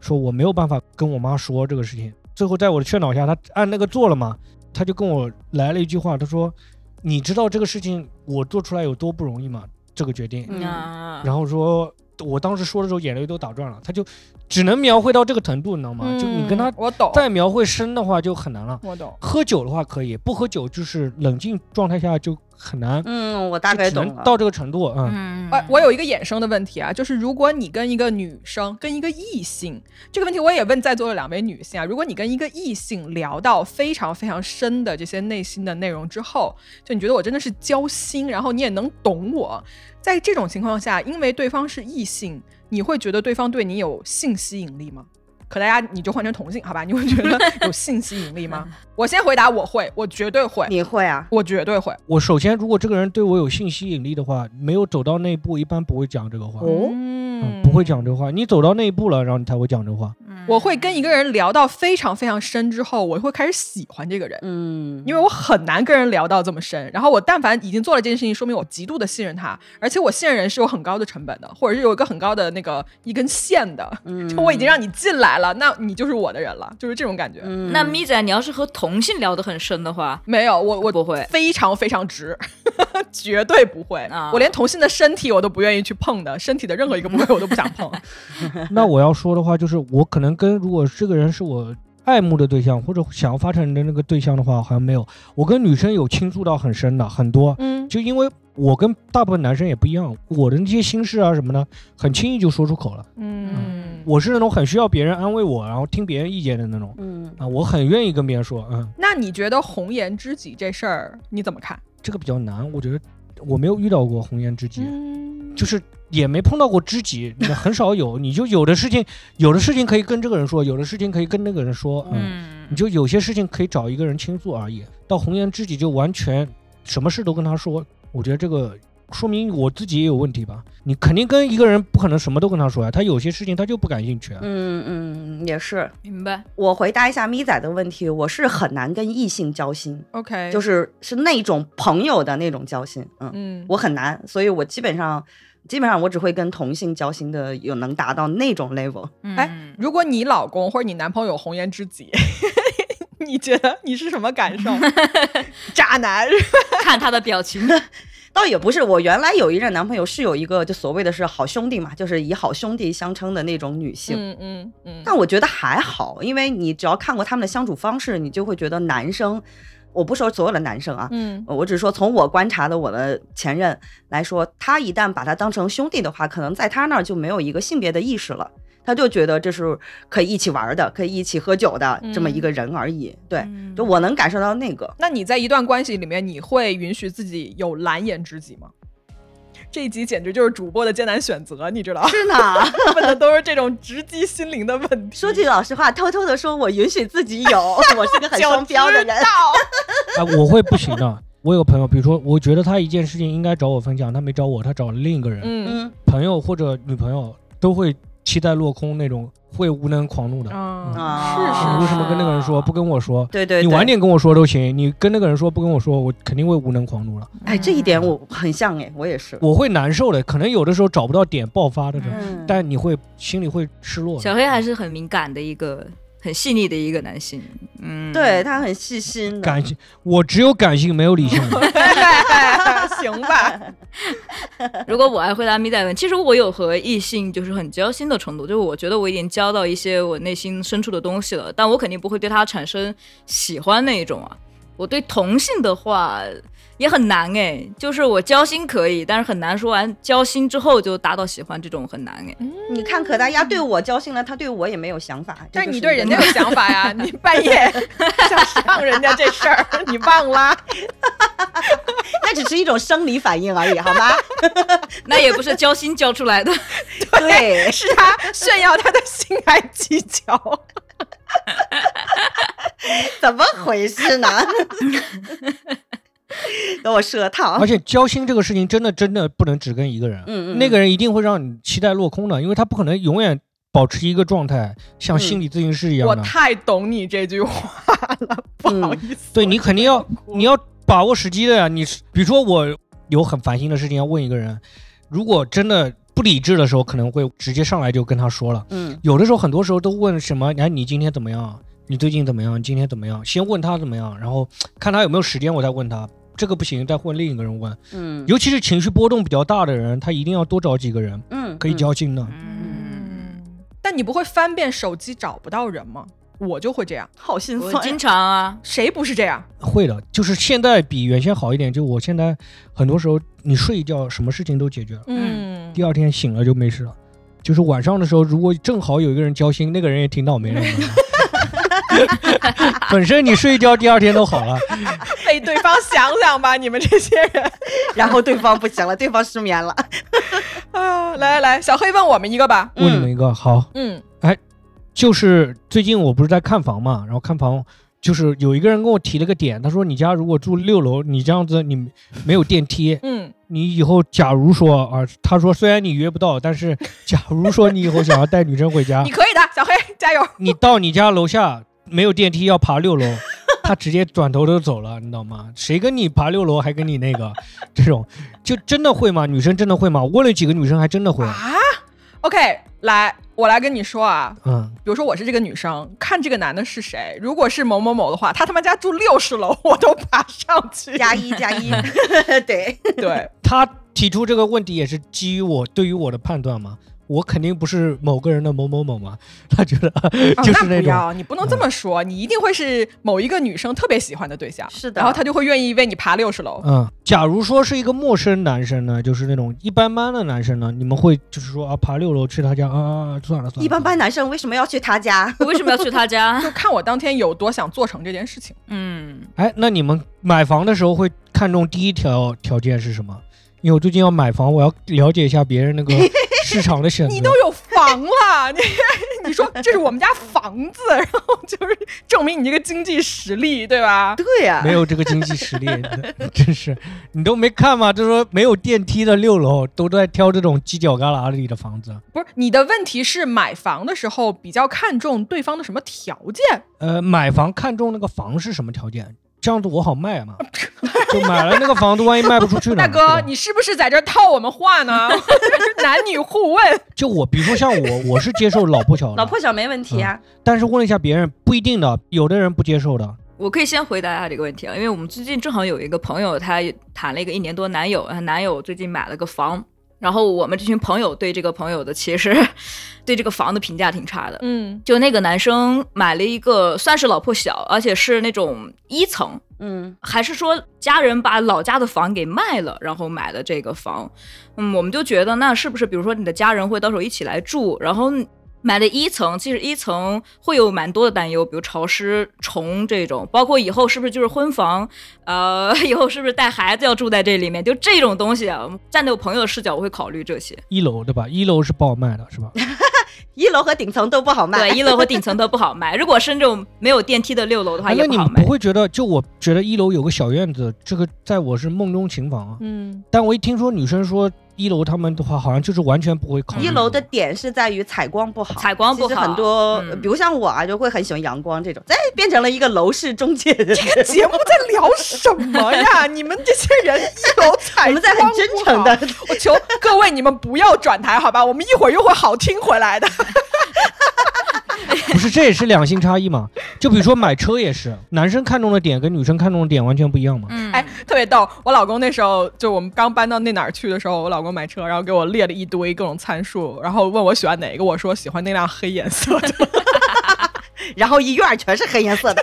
[SPEAKER 4] 说我没有办法跟我妈说这个事情。最后在我的劝导下，他按那个做了嘛，他就跟我来了一句话，他说你知道这个事情我做出来有多不容易吗？这个决定，
[SPEAKER 2] 嗯
[SPEAKER 3] 啊，
[SPEAKER 4] 然后说我当时说的时候眼泪都打转了，他就只能描绘到这个程度，你知道吗？就你跟他
[SPEAKER 1] 嗯我懂，
[SPEAKER 4] 再描绘深的话就很难了。
[SPEAKER 1] 我懂。
[SPEAKER 4] 喝酒的话可以，不喝酒就是冷静状态下就很难，
[SPEAKER 2] 嗯，我大
[SPEAKER 4] 就
[SPEAKER 2] 概
[SPEAKER 4] 只能
[SPEAKER 2] 懂了。
[SPEAKER 4] 到这个程度，嗯，
[SPEAKER 3] 嗯，
[SPEAKER 1] 呃，我有一个衍生的问题啊，就是如果你跟一个女生，跟一个异性，这个问题我也问在座的两位女性啊，如果你跟一个异性聊到非常非常深的这些内心的内容之后，就你觉得我真的是交心，然后你也能懂我，在这种情况下，因为对方是异性，你会觉得对方对你有性吸引力吗？可大家你就换成同性好吧？你会觉得有性吸引力吗？我先回答，我会，我绝对会，
[SPEAKER 2] 你会啊？
[SPEAKER 1] 我绝对会。
[SPEAKER 4] 我首先，如果这个人对我有性吸引力的话，没有走到那一步，一般不会讲这个话，
[SPEAKER 2] 哦
[SPEAKER 1] 嗯
[SPEAKER 4] 嗯，不会讲这个话。你走到那一步了，然后你才会讲这个 话。
[SPEAKER 3] 嗯
[SPEAKER 1] 我会跟一个人聊到非常非常深之后，我会开始喜欢这个人，
[SPEAKER 2] 嗯，
[SPEAKER 1] 因为我很难跟人聊到这么深。然后我但凡已经做了这件事情，说明我极度的信任他，而且我信任人是有很高的成本的，或者是有一个很高的那个一根线的。
[SPEAKER 3] 嗯
[SPEAKER 1] 就我已经让你进来了，那你就是我的人了，就是这种感觉。
[SPEAKER 2] 嗯
[SPEAKER 3] 那咪仔，你要是和同性聊得很深的话，
[SPEAKER 1] 没有，我我
[SPEAKER 3] 不会
[SPEAKER 1] 非常非常直， 绝对不会。
[SPEAKER 3] 啊
[SPEAKER 1] 我连同性的身体我都不愿意去碰的，身体的任何一个部位我都不想 碰。
[SPEAKER 4] 那我要说的话就是，我可能跟如果这个人是我爱慕的对象或者想要发展的那个对象的话，好像没有。我跟女生有倾诉到很深的很多，
[SPEAKER 1] 嗯
[SPEAKER 4] 就因为我跟大部分男生也不一样，我的那些心事啊什么的，很轻易就说出口了。
[SPEAKER 1] 嗯，
[SPEAKER 4] 我是那种很需要别人安慰我，然后听别人意见的那种
[SPEAKER 2] 嗯
[SPEAKER 4] 啊，我很愿意跟别人说，嗯，
[SPEAKER 1] 那你觉得红颜知己这事儿你怎么看？
[SPEAKER 4] 这个比较难，我觉得我没有遇到过红颜知己，
[SPEAKER 1] 嗯，
[SPEAKER 4] 就是也没碰到过知己，那很少有。你就有的事情，有的事情可以跟这个人说，有的事情可以跟那个人说，嗯，
[SPEAKER 3] 嗯
[SPEAKER 4] 你就有些事情可以找一个人倾诉而已。到红颜知己就完全什么事都跟他说，我觉得这个说明我自己也有问题吧。你肯定跟一个人不可能什么都跟他说呀、啊他有些事情他就不感兴趣啊。
[SPEAKER 2] 嗯嗯，也是。
[SPEAKER 3] 明白，
[SPEAKER 2] 我回答一下咪仔的问题，我是很难跟异性交心，
[SPEAKER 1] OK，
[SPEAKER 2] 就是是是那种朋友的那种交心，嗯，
[SPEAKER 1] 嗯，
[SPEAKER 2] 我很难，所以我基本上基本上我只会跟同性交心的，有能达到那种 level。
[SPEAKER 3] 嗯
[SPEAKER 1] 哎，如果你老公或者你男朋友有红颜知己， 你觉得你是什么感 受？渣男
[SPEAKER 3] 看他的表情，
[SPEAKER 2] 倒也不是，我原来有一任男朋友是有一个就所谓的是好兄弟嘛，就是以好兄弟相称的那种女性。
[SPEAKER 1] 嗯嗯嗯，
[SPEAKER 2] 但我觉得还好，因为你只要看过他们的相处方式，你就会觉得男生，我不说所有的男生啊，
[SPEAKER 1] 嗯
[SPEAKER 2] 我只是说从我观察的我的前任来说，他一旦把他当成兄弟的话，可能在他那儿就没有一个性别的意识了，他就觉得这是可以一起玩的，可以一起喝酒的这么一
[SPEAKER 1] 嗯
[SPEAKER 2] 个人而已。对，就我能感受到那个，
[SPEAKER 1] 那你在一段关系里面，你会允许自己有蓝颜知己吗？这一集简直就是主播的艰难选择，你知道，
[SPEAKER 2] 是呢。
[SPEAKER 1] 问的都是这种直击心灵的问题。
[SPEAKER 2] 说句老实话，偷偷的说，我允许自己 有，我是个很
[SPEAKER 1] 就
[SPEAKER 2] 双标的
[SPEAKER 1] 知
[SPEAKER 2] 人。
[SPEAKER 1] 道，
[SPEAKER 4] 啊，我会不行的。我有个朋友，比如说，我觉得他一件事情应该找我分享，他没找我，他找了另一个人，
[SPEAKER 1] 嗯
[SPEAKER 2] 嗯
[SPEAKER 4] 朋友或者女朋友都会期待落空那种，会无能狂怒的。
[SPEAKER 1] 嗯，
[SPEAKER 2] 啊，
[SPEAKER 4] 你
[SPEAKER 1] 是
[SPEAKER 4] 为什么跟那 个人说不跟我说？
[SPEAKER 2] 对对，
[SPEAKER 4] 你
[SPEAKER 2] 对
[SPEAKER 4] 晚。点跟我说都行，你跟那个人说不跟我说，我肯定会无能狂怒了，
[SPEAKER 2] 哎，这一点我很像哎，我也是。
[SPEAKER 4] 我会难受的，可能有的时候找不到点爆发的这种，
[SPEAKER 2] 嗯，
[SPEAKER 4] 但你会心里会失落的。
[SPEAKER 3] 小黑还是很敏感的一个，很细腻的一个男性，嗯，
[SPEAKER 2] 对他很细心的。
[SPEAKER 4] 感性，我只有感性没有理性的。
[SPEAKER 1] 行吧，
[SPEAKER 3] 如果我爱回答咪仔问，其实我有和异性就是很交心的程度，就是我觉得我已经交到一些我内心深处的东西了，但我肯定不会对他产生喜欢那一种啊。我对同性的话也很难哎，就是我交心可以，但是很难说完交心之后就达到喜欢这种很难哎。
[SPEAKER 2] 你看可达鸭对我交心了，他对我也没有想法。这
[SPEAKER 1] 但是
[SPEAKER 2] 就
[SPEAKER 1] 你
[SPEAKER 2] 是
[SPEAKER 1] 对
[SPEAKER 2] 一个
[SPEAKER 1] 人家有想法 呀，你半夜想上人家这事儿，你忘了？
[SPEAKER 2] 那只是一种生理反应而已，好吗？
[SPEAKER 3] 那也不是交心交出来的，
[SPEAKER 2] 对，
[SPEAKER 1] 是他炫耀他的性爱技巧。
[SPEAKER 2] 怎么回事呢？给我赊糖
[SPEAKER 4] 而。且交心这个事情真的真的不能只跟一个人，
[SPEAKER 2] 啊嗯嗯，
[SPEAKER 4] 那个人一定会让你期待落空的，因为他不可能永远保持一个状态，像
[SPEAKER 2] 嗯
[SPEAKER 4] 心理咨询师一样
[SPEAKER 1] 我
[SPEAKER 4] 的。
[SPEAKER 1] 太懂你这句话了，不
[SPEAKER 2] 嗯
[SPEAKER 1] 好意思。
[SPEAKER 4] 对你肯定要你要把握时机的呀。你是比如说我有很烦心的事情要问一个人，如果真的不理智的时候，可能会直接上来就跟他说了。
[SPEAKER 2] 嗯
[SPEAKER 4] 有的时候很多时候都问什么，哎，你今天怎么样？你最近怎么样？你今天怎么样？先问他怎么样，然后看他有没有时间，我再问他。这个不行，再问另一个人问。
[SPEAKER 2] 嗯
[SPEAKER 4] 尤其是情绪波动比较大的人，他一定要多找几个人
[SPEAKER 2] 嗯
[SPEAKER 4] 可以交心的。
[SPEAKER 3] 嗯，
[SPEAKER 1] 但你不会翻遍手机找不到人吗？我就会这样，好心
[SPEAKER 3] 我
[SPEAKER 1] 酸呀。
[SPEAKER 3] 经常啊，
[SPEAKER 1] 谁不是这样？
[SPEAKER 4] 会的，就是现在比原先好一点。就我现在很多时候，你睡一觉，什么事情都解决了，
[SPEAKER 1] 嗯，
[SPEAKER 4] 第二天醒了就没事了。就是晚上的时候，如果正好有一个人交心，那个人也挺倒霉的。 本身你睡一觉，第二天都好了。
[SPEAKER 1] 被对方想想吧，你们这些人
[SPEAKER 2] 然后对方不行了，对方失眠了。
[SPEAKER 1] 啊！来来来，小黑问我们一个吧。
[SPEAKER 4] 问你们一个，好，
[SPEAKER 1] 嗯
[SPEAKER 4] 就是最近我不是在看房嘛，然后看房就是有一个人跟我提了个点，他说你家如果住六楼，你这样子你没有电梯，
[SPEAKER 1] 嗯，
[SPEAKER 4] 你以后假如说啊，他说虽然你约不到，但是 假如说你以后想要带女生回家
[SPEAKER 1] 你，可以的，小黑加油。
[SPEAKER 4] 你到你家楼下没有电梯要爬六楼， 他直接转头就走了，你知道吗？谁跟你爬六楼还跟你那个 这种，就真的会吗？女生真的会吗？我问了几个女生还真的会，
[SPEAKER 1] 啊，OK，来，我来跟你说啊，
[SPEAKER 4] 嗯，
[SPEAKER 1] 比如说我是这个女生，看这个男的是谁，如果是某某某的话，他他妈家住六十楼，我都爬上去。
[SPEAKER 2] 加一加一， 对，
[SPEAKER 1] 对，
[SPEAKER 4] 他提出这个问题也是基于我对于我的判断嘛。我肯定不是某个人的某某某嘛，他觉得 就
[SPEAKER 1] 啊、那
[SPEAKER 4] 是那
[SPEAKER 1] 不
[SPEAKER 4] 种，
[SPEAKER 1] 要，你不能这么说，你一定会是某一个女生特别喜欢的对象，
[SPEAKER 2] 是的
[SPEAKER 1] 然后他就会愿意为你爬六十楼。
[SPEAKER 4] 嗯，假如说是一个陌生男生呢，就是那种一般般的男生呢，你们会就是说啊，爬六楼去他家啊啊啊，算了算了，
[SPEAKER 2] 一般般男生为什么要去他家？
[SPEAKER 3] 我为什么要去他家？
[SPEAKER 1] 就看我当天有多想做成这件事情。
[SPEAKER 3] 嗯，
[SPEAKER 4] 哎，那你们买房的时候会看重第一条条件是什么？因为我最近要买房，我要了解一下别 人那个市场的选择。
[SPEAKER 1] 你都有房了，你你说这是我们家房子，然后就是证明你这个经济实力，对吧？
[SPEAKER 2] 对呀
[SPEAKER 4] 没有这个经济实力， 真是你都没看吗？就说没有电梯的六楼，都在挑这种犄角旮旯里的房子。
[SPEAKER 1] 不是你的问题是买房的时候比较看重对方的什么条件？
[SPEAKER 4] 呃，买房看重那个房是什么条件，这样子我好 卖嘛。就买了那个房子，万一卖不出去呢？
[SPEAKER 1] 大
[SPEAKER 4] 对
[SPEAKER 1] 哥，
[SPEAKER 4] 吧
[SPEAKER 1] 你是不是在这儿套我们话呢？ 男女互 问，
[SPEAKER 4] 就我，比如说像我，我是接受老破小的，
[SPEAKER 2] 老破小没问题啊。
[SPEAKER 4] 但是问了一下别人，不一定的，有的人不接受的。
[SPEAKER 3] 我可以先回答一下这个问题啊，因为我们最近正好有一个朋友，她谈了一个一年多男友，她男友最近买了个房，然后我们这群朋友对这个朋友的其实 对这个房的评价挺差的，
[SPEAKER 1] 嗯
[SPEAKER 3] 就那个男生买了一个算是老破小，而且是那种一层，
[SPEAKER 2] 嗯
[SPEAKER 3] 还是说家人把老家的房给卖了，然后买了这个房？嗯，我们就觉得那是不是比如说你的家人会到时候一起来住，然后买了一层，其实一层会有蛮多的担忧，比如潮湿、虫这种，包括以后是不是就是婚房，呃， 以后是不是带孩子要住在这里面，就这种东西啊。站在我朋友的视角，我会考虑这些。
[SPEAKER 4] 一楼对吧？一楼是不好卖的，是吧？
[SPEAKER 2] 一楼和顶层都不好卖。
[SPEAKER 3] 对，一楼和顶层都不好买。如果是那种没有电梯的六楼的话，
[SPEAKER 4] 哎
[SPEAKER 3] 也
[SPEAKER 4] 那你
[SPEAKER 3] 好
[SPEAKER 4] 们
[SPEAKER 3] 买
[SPEAKER 4] 不。会觉得，就我觉得一楼有个小院子，这个在我是梦中情房啊。
[SPEAKER 1] 嗯，
[SPEAKER 4] 但我一听说女生说一楼他们的话，好像就是完全不会考虑
[SPEAKER 2] 一
[SPEAKER 4] 这
[SPEAKER 2] 楼
[SPEAKER 4] 个
[SPEAKER 2] 的点是在于采光不好，
[SPEAKER 3] 嗯采光不好
[SPEAKER 2] 其实很多，呃
[SPEAKER 3] 嗯
[SPEAKER 2] 比如像我啊，就会很喜欢阳光这种，哎，变成了一个楼市中介人。
[SPEAKER 1] 节目在聊什么呀？你们这些人一楼采
[SPEAKER 2] 我们在很真诚的
[SPEAKER 1] 光不好，我 求各位你们不要转台，好吧？我们一会儿又会好听回来的。
[SPEAKER 4] 不是，这也是两性差异嘛。 就比如说买车也是，男生看中的点跟女生看中的点完全不一样嘛。
[SPEAKER 3] 嗯，
[SPEAKER 1] 哎，特别逗。我老公那时候就我们刚搬到那哪儿去的时候，我老公买车，然后给我列了一堆各种参数，然后问我喜欢哪个，我说喜欢那辆黑颜色的。
[SPEAKER 2] 然后一院儿全是黑颜色的，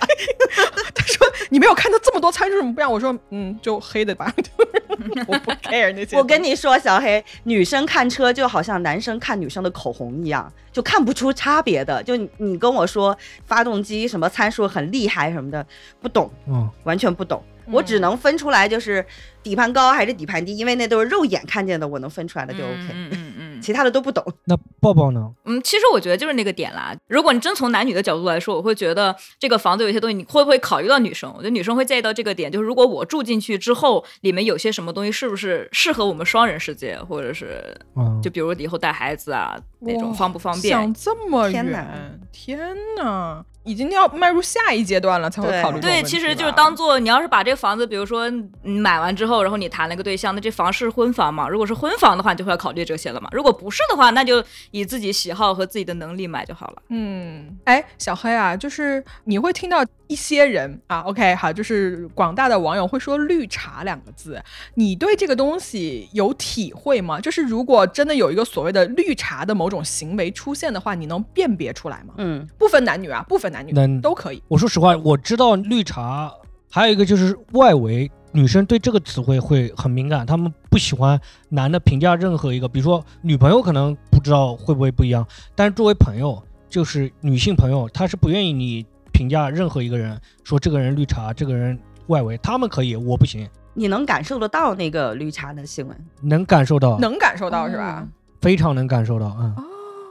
[SPEAKER 1] 他说你没有看到这么多参数，怎么不让？我说嗯，就黑的吧， 我不 care 那些。
[SPEAKER 2] 我跟你说，小黑，女生看车就好像男生看女生的口红一样，就看不出差别的。就你你跟我说发动机什么参数很厉害什么的，不懂，
[SPEAKER 4] 嗯，
[SPEAKER 2] 完全不懂。我只能分出来就是底盘高还是底盘低，因为那都是肉眼看见的，我能分出来的就 OK。
[SPEAKER 3] 嗯嗯嗯嗯嗯
[SPEAKER 2] 其他的都不懂。
[SPEAKER 4] 那抱抱呢？
[SPEAKER 3] 嗯，其实我觉得就是那个点啦。如果你真从男女的角度来说，我会觉得这个房子有一些东西，你会不会考虑到女生？我觉得女生会在意到这个点，就是如果我住进去之后，里面有些什么东西是不是适合我们双人世界，或者是
[SPEAKER 4] 啊，
[SPEAKER 3] 就比如以后带孩子啊那种
[SPEAKER 1] 哇
[SPEAKER 3] 方不方便？
[SPEAKER 1] 想这么
[SPEAKER 2] 天哪
[SPEAKER 1] 远，天哪，已经要迈入下一阶段了，才会
[SPEAKER 2] 对
[SPEAKER 1] 考虑这种
[SPEAKER 3] 对，
[SPEAKER 1] 问
[SPEAKER 3] 其
[SPEAKER 1] 题
[SPEAKER 3] 实就是
[SPEAKER 1] 吧
[SPEAKER 3] 当做你要是把这个房子，比如说你买完之后，然后你谈了个对象，那这房是婚房嘛？如果是婚房的话，你就会要考虑这些了嘛。如果不是的话，那就以自己喜好和自己的能力买就好了。
[SPEAKER 1] 嗯，哎，小黑啊，就是你会听到一些人啊，OK，好，就是广大的网友会说“绿茶”两个字，你对这个东西有体会吗？就是如果真的有一个所谓的绿茶的某种行为出现的话，你能辨别出来吗？
[SPEAKER 2] 嗯，
[SPEAKER 1] 不分男女啊，不分男女
[SPEAKER 4] 能
[SPEAKER 1] 都可以。
[SPEAKER 4] 我说实话，我知道绿茶，还有一个就是外围女生对这个词汇会很敏感，她们不喜欢男的评价任何一个，比如说女朋友可能不知道会不会不一样，但是作为朋友，就是女性朋友，她是不愿意你评价任何一个人，说这个人绿茶，这个人外围，她们可以，我不行，
[SPEAKER 2] 你能感受得到那个绿茶的新闻，
[SPEAKER 4] 能感受到，
[SPEAKER 1] 能哦感受到是吧？
[SPEAKER 2] 哦
[SPEAKER 4] 非常能感受到，嗯，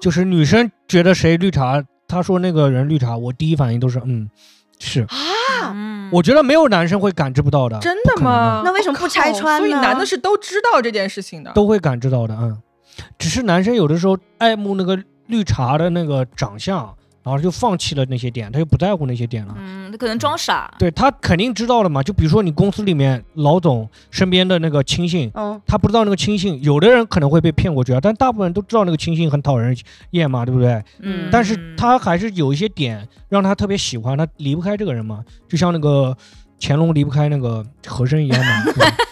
[SPEAKER 4] 就是女生觉得谁绿茶，她说那个人绿茶，我第一反应都是嗯，是，
[SPEAKER 2] 啊？
[SPEAKER 3] 嗯
[SPEAKER 4] 我觉得没有男生会感知不到的，
[SPEAKER 1] 真
[SPEAKER 4] 不
[SPEAKER 1] 的
[SPEAKER 4] 可能啊
[SPEAKER 1] 吗？
[SPEAKER 2] 那为什么
[SPEAKER 1] 我
[SPEAKER 2] 不拆
[SPEAKER 1] 哦靠
[SPEAKER 2] 穿
[SPEAKER 1] 所以
[SPEAKER 2] 呢
[SPEAKER 1] 男的是都知道这件事情的。
[SPEAKER 4] 都会感知到的，嗯。只是男生有的时候爱慕那个绿茶的那个长相，然后就放弃了那些点，他就不在乎那些点了。
[SPEAKER 3] 嗯，他可能装傻。
[SPEAKER 4] 对他肯定知道了嘛，就比如说你公司里面老总身边的那个亲信，
[SPEAKER 2] 嗯，
[SPEAKER 4] 他不知道那个亲信，有的人可能会被骗过去啊，但大部分人都知道那个亲信很讨人厌嘛，对不对？
[SPEAKER 3] 嗯，
[SPEAKER 4] 但是他还是有一些点让他特别喜欢，他离不开这个人嘛，就像那个乾隆离不开那个和珅一样嘛。对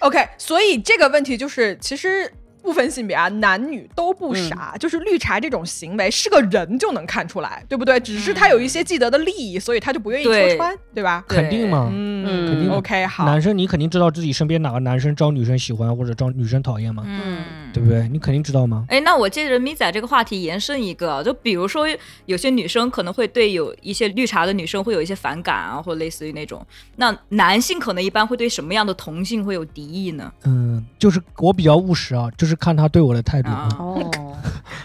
[SPEAKER 1] OK，所以这个问题就是，其实不分性别啊，男女都不
[SPEAKER 4] 嗯
[SPEAKER 1] 傻，就是绿茶这种行为是个人就能看出来，对不对？只是他有一些既得的利益，所以他就不愿意戳
[SPEAKER 3] 对
[SPEAKER 1] 穿，对吧？
[SPEAKER 4] 肯定嘛，
[SPEAKER 1] 嗯
[SPEAKER 4] 肯定的
[SPEAKER 1] OK，好
[SPEAKER 4] 男，生你肯定知道自己身边哪个男生招女生喜欢或者招女生讨厌嘛，
[SPEAKER 3] 嗯，
[SPEAKER 4] 对不对？你肯定知道吗？
[SPEAKER 3] 哎，那我借着咪仔这个话题延伸一个，啊就比如说有些女生可能会对有一些绿茶的女生会有一些反感啊，或类似于那种。那男性可能一般会对什么样的同性会有敌意呢？
[SPEAKER 4] 嗯，就是我比较务实啊，就是看他对我的态度
[SPEAKER 1] 嗯
[SPEAKER 4] 嘛，
[SPEAKER 3] 啊，
[SPEAKER 2] 哦，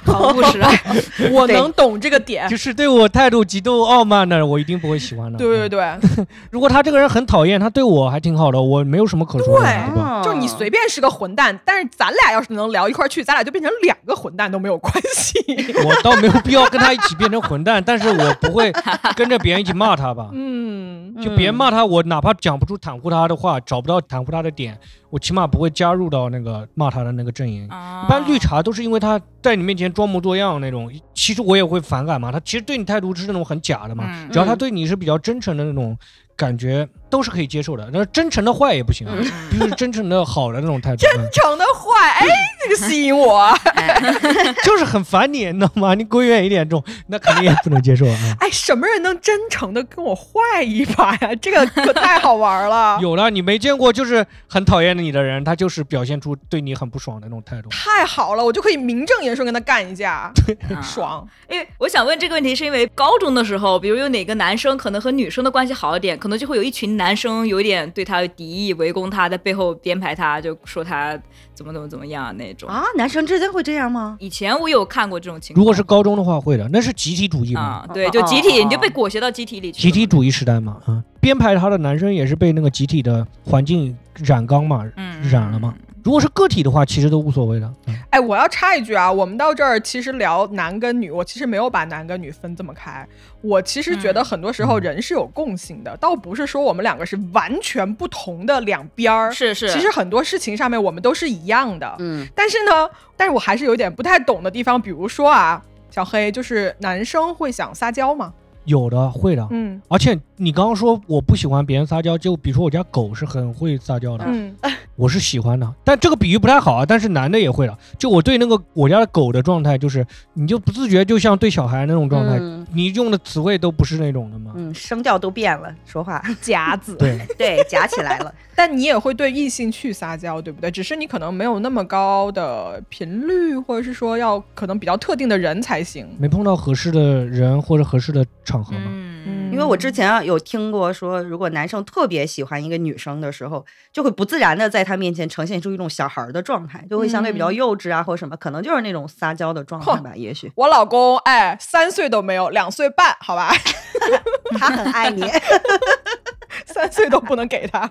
[SPEAKER 3] 好务
[SPEAKER 4] 哦
[SPEAKER 3] 实啊。
[SPEAKER 1] 我能懂这个点
[SPEAKER 4] 就。是对我态度极度傲慢的，我一定不会喜欢的。
[SPEAKER 1] 哎对对
[SPEAKER 4] 对，
[SPEAKER 1] 对，
[SPEAKER 4] 如果他这个人很讨厌，他对我还挺好的，我没有什么可说的，
[SPEAKER 1] 对
[SPEAKER 4] 对吧？
[SPEAKER 2] 哦
[SPEAKER 1] 就你随便是个混蛋，但是咱俩要是能聊一块儿去，咱俩就变成两个混蛋都没有关 系。
[SPEAKER 4] 我倒没有必要跟他一起变成混蛋，但是我不会跟着别人一起骂他吧。
[SPEAKER 1] 嗯，
[SPEAKER 4] 就别骂他，我哪怕讲不出袒护他的话，找不到袒护他的点，我起码不会加入到那个骂他的那个阵营。
[SPEAKER 3] 啊
[SPEAKER 4] 一般绿茶都是因为他在你面前装模作样那种，其实我也会反感嘛。他其实对你态度是那种很假的嘛，
[SPEAKER 3] 嗯
[SPEAKER 4] 只要他对你是比较真诚的那种感觉，都是可以接受的。但是真诚的坏也不行啊，
[SPEAKER 3] 嗯
[SPEAKER 4] 必须是真诚的好的那种态 度，嗯
[SPEAKER 1] 成的坏，哎，这个吸引我。。
[SPEAKER 4] 就是很烦你，你知道吗？你滚远一点，这种 那肯定也不能接受啊。
[SPEAKER 1] 哎，什么人能真诚的跟我坏一把呀？这个可太好玩了
[SPEAKER 4] 有的你没见过，就是很讨厌你的人，他就是表现出对你很不爽的那种态度。
[SPEAKER 1] 太好了，我就可以名正言顺跟他干一架，
[SPEAKER 3] 啊
[SPEAKER 1] 爽。
[SPEAKER 3] 因为我想问这个问题，是因为高中的时候，比如有哪个男生可能和女生的关系好一点，可能就会有一群男生有一点对他有敌意、围攻他，在背后编排他，就说他怎么怎么怎么样那种。
[SPEAKER 2] 啊，男生之间会这样吗？
[SPEAKER 3] 以前我有看过这种情况。
[SPEAKER 4] 如果是高中的话，会的，那是集体主义嘛，
[SPEAKER 3] 啊，对，就集
[SPEAKER 2] 哦哦
[SPEAKER 3] 体，
[SPEAKER 2] 哦
[SPEAKER 3] 你就被裹挟到集体里去了。
[SPEAKER 4] 集体主义时代嘛，啊，编排他的男生也是被那个集体的环境染缸嘛，
[SPEAKER 3] 嗯
[SPEAKER 4] 染了吗？如果是个体的话，其实都无所谓的。嗯
[SPEAKER 1] 哎，我要插一句啊，我们到这儿其实聊男跟女，我其实没有把男跟女分这么开。我其实觉得很多时候人是有共性的，倒不是说我们两个是完全不同的两边儿。
[SPEAKER 3] 嗯是是，
[SPEAKER 1] 其实很多事情上面我们都是一样的。
[SPEAKER 2] 嗯
[SPEAKER 1] 但是呢，但是我还是有点不太懂的地方，比如说啊，小黑就是男生会想撒娇嘛，
[SPEAKER 4] 有的会的，
[SPEAKER 1] 嗯
[SPEAKER 4] 而且你刚刚说我不喜欢别人撒娇，就比如说我家狗是很会撒娇的，
[SPEAKER 1] 嗯，
[SPEAKER 4] 我是喜欢的，但这个比喻不太好啊。但是男的也会的，就我对那个我家的狗的状态，就是你就不自觉就像对小孩那种状态，
[SPEAKER 2] 嗯
[SPEAKER 4] 你用的词汇都不是那种的嘛。
[SPEAKER 2] 嗯，声调都变了，说话
[SPEAKER 1] 夹子。
[SPEAKER 4] 对，
[SPEAKER 2] 对夹起来了。
[SPEAKER 1] 但你也会对异性去撒娇，对不对？只是你可能没有那么高的频率，或者是说要可能比较特定的人才行。
[SPEAKER 4] 没碰到合适的人或者合适的场合嘛。
[SPEAKER 3] 嗯，
[SPEAKER 2] 因为我之前啊有听过说，如果男生特别喜欢一个女生的时候，就会不自然的在她面前呈现出一种小孩儿的状态，就会相对比较
[SPEAKER 3] 嗯
[SPEAKER 2] 幼稚啊，或者什么，可能就是那种撒娇的状态
[SPEAKER 1] 哼
[SPEAKER 2] 吧。也许
[SPEAKER 1] 我老公哎，三岁都没有，两岁半，好吧，
[SPEAKER 2] 他很爱你。
[SPEAKER 1] 三岁都不能给他。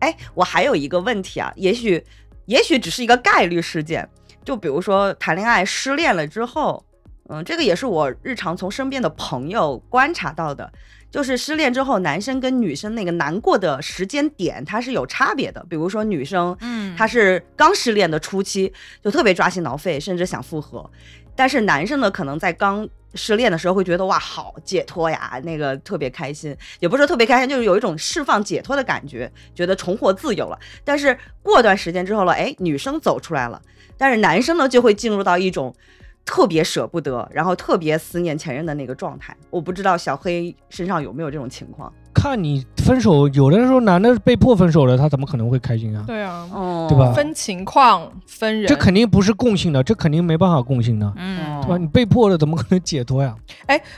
[SPEAKER 2] 哎，我还有一个问题啊，也许，也许只是一个概率事件，就比如说谈恋爱失恋了之后，嗯，这个也是我日常从身边的朋友观察到的，就是失恋之后，男生跟女生那个难过的时间点它是有差别的，比如说女生，
[SPEAKER 3] 嗯
[SPEAKER 2] 她是刚失恋的初期就特别抓心挠肺，甚至想复合，但是男生呢，可能在刚失恋的时候会觉得哇，好解脱呀，那个特别开心，也不是说特别开心，就是有一种释放解脱的感觉，觉得重获自由了。但是过段时间之后了，哎，女生走出来了，但是男生呢就会进入到一种特别舍不得，然后特别思念前任的那个状态。我不知道小黑身上有没有这种情况。
[SPEAKER 4] 看你分手，有的时候男的被迫分手了，他怎么可能会开心啊？
[SPEAKER 1] 对啊，
[SPEAKER 2] 哦
[SPEAKER 4] 对吧
[SPEAKER 1] 分情况分人。哦
[SPEAKER 4] 这肯定不是共性的，这肯定没办法共性的，
[SPEAKER 2] 哦
[SPEAKER 3] 嗯
[SPEAKER 4] 对吧？你被迫的怎么可能解脱呀？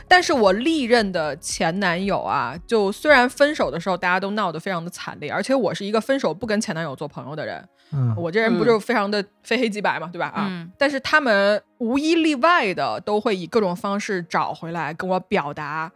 [SPEAKER 1] 但是我历任的前男友啊，就虽然分手的时候大家都闹得非常的惨烈，而且我是一个分手不跟前男友做朋友的人，
[SPEAKER 4] 嗯，
[SPEAKER 1] 我这人不
[SPEAKER 2] 嗯
[SPEAKER 1] 就是非常的非黑即白嘛，对吧？啊，
[SPEAKER 3] 嗯
[SPEAKER 1] 但是他们无一例外的都会以各种方式找回来跟我表达，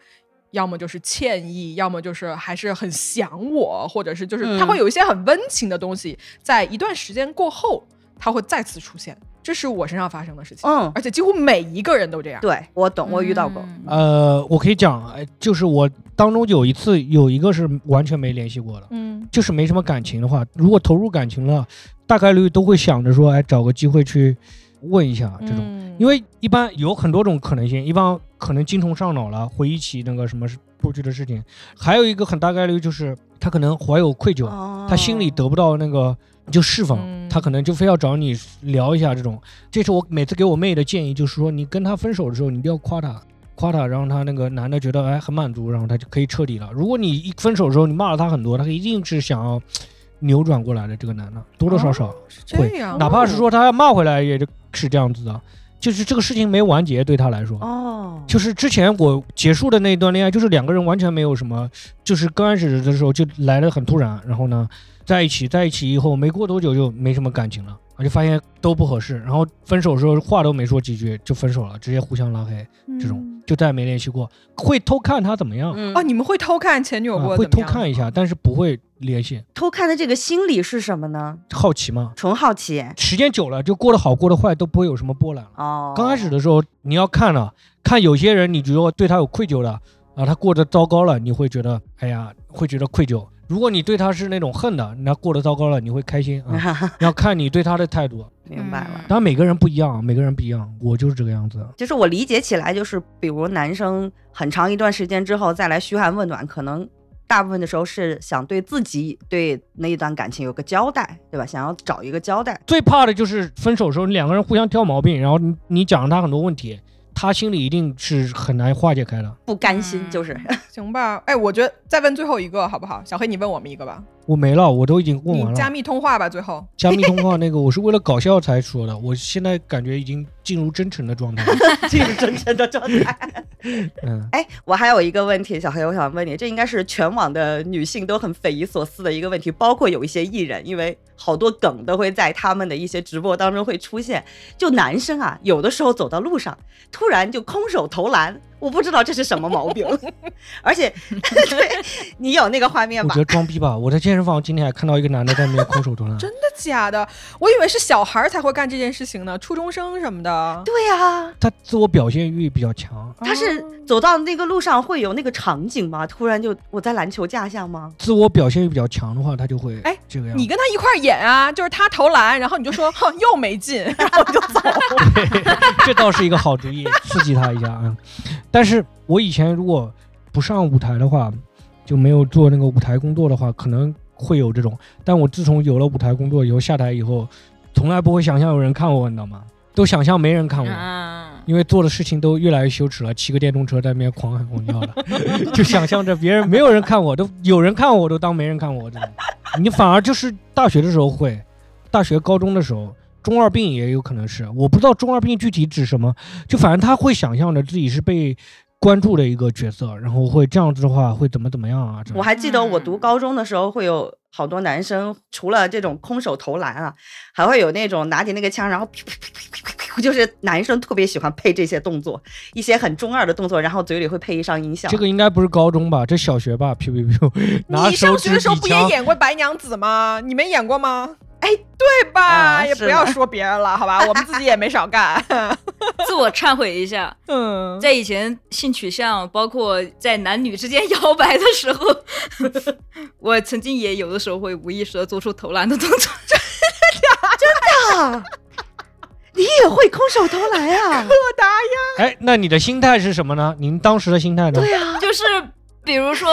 [SPEAKER 1] 要么就是歉意，要么就是还是很想我，或者是就是他
[SPEAKER 2] 嗯
[SPEAKER 1] 会有一些很温情的东西，在一段时间过后，他会再次出现，这是我身上发生的事
[SPEAKER 4] 哦
[SPEAKER 1] 情，
[SPEAKER 2] 嗯
[SPEAKER 1] 而且几乎每一个人都这样。
[SPEAKER 2] 对，我懂，我遇到过。
[SPEAKER 3] 嗯
[SPEAKER 4] 呃，我可以讲，呃就是我当中有一次有一个是完全没联系过的，
[SPEAKER 1] 嗯，
[SPEAKER 4] 就是没什么感情的话，如果投入感情了，大概率都会想着说，哎，找个机会去问一啊下这种。
[SPEAKER 1] 嗯
[SPEAKER 4] 因为一般有很多种可能性，一般可能精虫上脑了，回忆起那个什么事过去的事情，还有一个很大概率就是他可能怀有愧疚，
[SPEAKER 2] 哦
[SPEAKER 4] 他心里得不到那个就释放，
[SPEAKER 1] 嗯
[SPEAKER 4] 他可能就非要找你聊一下这种。这是我每次给我妹的建议，就是说你跟她分手的时候，你一定要夸她。夸她，让她那个男的觉得哎很满足，然后他就可以彻底了。如果你一分手的时候你骂了他很多，他一定是想要扭转过来的。这个男的多多少少，
[SPEAKER 1] 是
[SPEAKER 4] 会
[SPEAKER 1] 这样，哦
[SPEAKER 4] 哪怕是说他要骂回来，也就是这样子的，就是这个事情没完结，对他来说。
[SPEAKER 2] 哦，
[SPEAKER 4] 就是之前我结束的那段恋爱，就是两个人完全没有什么，就是刚开始的时候就来的很突然，然后呢，在一起，在一起以后没过多久就没什么感情了，我就发现都不合适，然后分手的时候话都没说几句就分手了，直接互相拉黑，这种就再也没联系过，会偷看他怎么样，
[SPEAKER 2] 嗯
[SPEAKER 1] 哦，你们会偷看前女友
[SPEAKER 4] 啊
[SPEAKER 1] 过、
[SPEAKER 4] 会偷看一，下，但是不会联系，
[SPEAKER 2] 偷看的这个心理是什么呢？
[SPEAKER 4] 好奇嘛，
[SPEAKER 2] 纯好奇
[SPEAKER 4] 时间久了就过得好过得坏都不会有什么波澜了。
[SPEAKER 2] 哦。
[SPEAKER 4] 刚开始的时候你要看了、看有些人，你觉得对他有愧疚的啊，他过得糟糕了，你会觉得哎呀，会觉得愧疚。如果你对他是那种恨的，那过得糟糕了，你会开心 啊。要看你对他的态度，
[SPEAKER 2] 明白了。
[SPEAKER 4] 当然每个人不一样，啊每个人不一样，我就是这个样子。
[SPEAKER 2] 就是我理解起来，就是比如男生很长一段时间之后再来嘘寒问暖，可能大部分的时候是想对自己对那一段感情有个交代，对吧？想要找一个交代。
[SPEAKER 4] 最怕的就是分手的时候两个人互相挑毛病，然后你你讲他很多问题，他心里一定是很难化解开的。
[SPEAKER 2] 不甘心，
[SPEAKER 3] 嗯
[SPEAKER 2] 就是、
[SPEAKER 1] 行吧？哎，我觉得再问最后一个好不好？小黑，你问我们一个吧，
[SPEAKER 4] 我没了，我都已经问
[SPEAKER 1] 你
[SPEAKER 4] 完
[SPEAKER 1] 加
[SPEAKER 4] 了。
[SPEAKER 1] 密通话吧，最后。
[SPEAKER 4] 加密通话那个，我是为了搞笑才说的，我现在感觉已经进入真诚的状态了。
[SPEAKER 2] 这是真诚的状态。
[SPEAKER 4] 嗯，
[SPEAKER 2] 哎，我还有一个问题，小黑，我想问你，这应该是全网的女性都很匪夷所思的一个问题，包括有一些艺人，因为好多梗都会在他们的一些直播当中会出现。就男生啊，有的时候走到路上，突然就空手投篮，我不知道这是什么毛病。 而且， 对你有那个画面
[SPEAKER 4] 我
[SPEAKER 2] 吧
[SPEAKER 4] 觉？得装逼吧。我在健身房今天还看到一个男的在那边空手投 篮，
[SPEAKER 1] 真的假的？我以为是小孩儿才会干这件事情呢，初中生什么的。啊
[SPEAKER 2] 对啊，
[SPEAKER 4] 他自我表现欲比较强，
[SPEAKER 2] 他是
[SPEAKER 4] 哦
[SPEAKER 2] 走到那个路上会有那个场景吗？突然就我在篮球架下吗？
[SPEAKER 4] 自我表现欲比较强的话，他就会
[SPEAKER 1] 哎
[SPEAKER 4] 这个样
[SPEAKER 1] 你
[SPEAKER 4] 子。
[SPEAKER 1] 跟他一块儿演啊，就是他投篮，然后你就说哼又没 进，然后就走。
[SPEAKER 4] 这倒是一个好主意，刺激他一下啊。但是我以前如果不上舞台的话，就没有做那个舞台工作的话，可能会有这种。但我自从有了舞台工作以后，下台以后，从来不会想象有人看我，你知道吗？都想象没人看我。
[SPEAKER 3] 啊
[SPEAKER 4] 因为做的事情都越来越羞耻了，骑个电动车在那边狂喊狂叫的， 就想象着别人没有人看我，都有人看我都当没人看我这种。你反而就是大学的时候会，大学高中的时候，中二病也有可能是，我不知道中二病具体指什么，就反正他会想象着自己是被关注的一个角色，然后会这样子的话会怎么怎么样啊？这
[SPEAKER 2] 我还记得我读
[SPEAKER 3] 嗯
[SPEAKER 2] 高中的时候，会有好多男生，除了这种空手投篮啊，还会有那种拿起那个枪，然后噗噗噗噗噗噗噗，就是男生特别喜欢配这些动作，一些很中二的动作，然后嘴里会配一上音效。
[SPEAKER 4] 这个应该不是高中吧？这小学吧？噗噗噗，拿
[SPEAKER 1] 你上
[SPEAKER 4] 手
[SPEAKER 1] 学
[SPEAKER 4] 指
[SPEAKER 1] 的时候不
[SPEAKER 4] 比
[SPEAKER 1] 也
[SPEAKER 4] 枪。
[SPEAKER 1] 演过白娘子吗？你没演过吗？哎，对吧？
[SPEAKER 2] 啊
[SPEAKER 1] 也
[SPEAKER 2] 是
[SPEAKER 1] 不要
[SPEAKER 2] 的
[SPEAKER 1] 说别人了，好 吧？我们自己也没少干。
[SPEAKER 3] 自我忏悔一下，
[SPEAKER 1] 嗯，
[SPEAKER 3] 在以前性取向，包括在男女之间 摇摆的时候，我曾经也有的时候会无意识的做出投篮的动作。
[SPEAKER 2] 啊， 你也会空手投篮啊？
[SPEAKER 1] 我答应。
[SPEAKER 4] 哎，那你的心态是什么呢？您当时的心态呢？
[SPEAKER 2] 对啊，
[SPEAKER 3] 就是比如说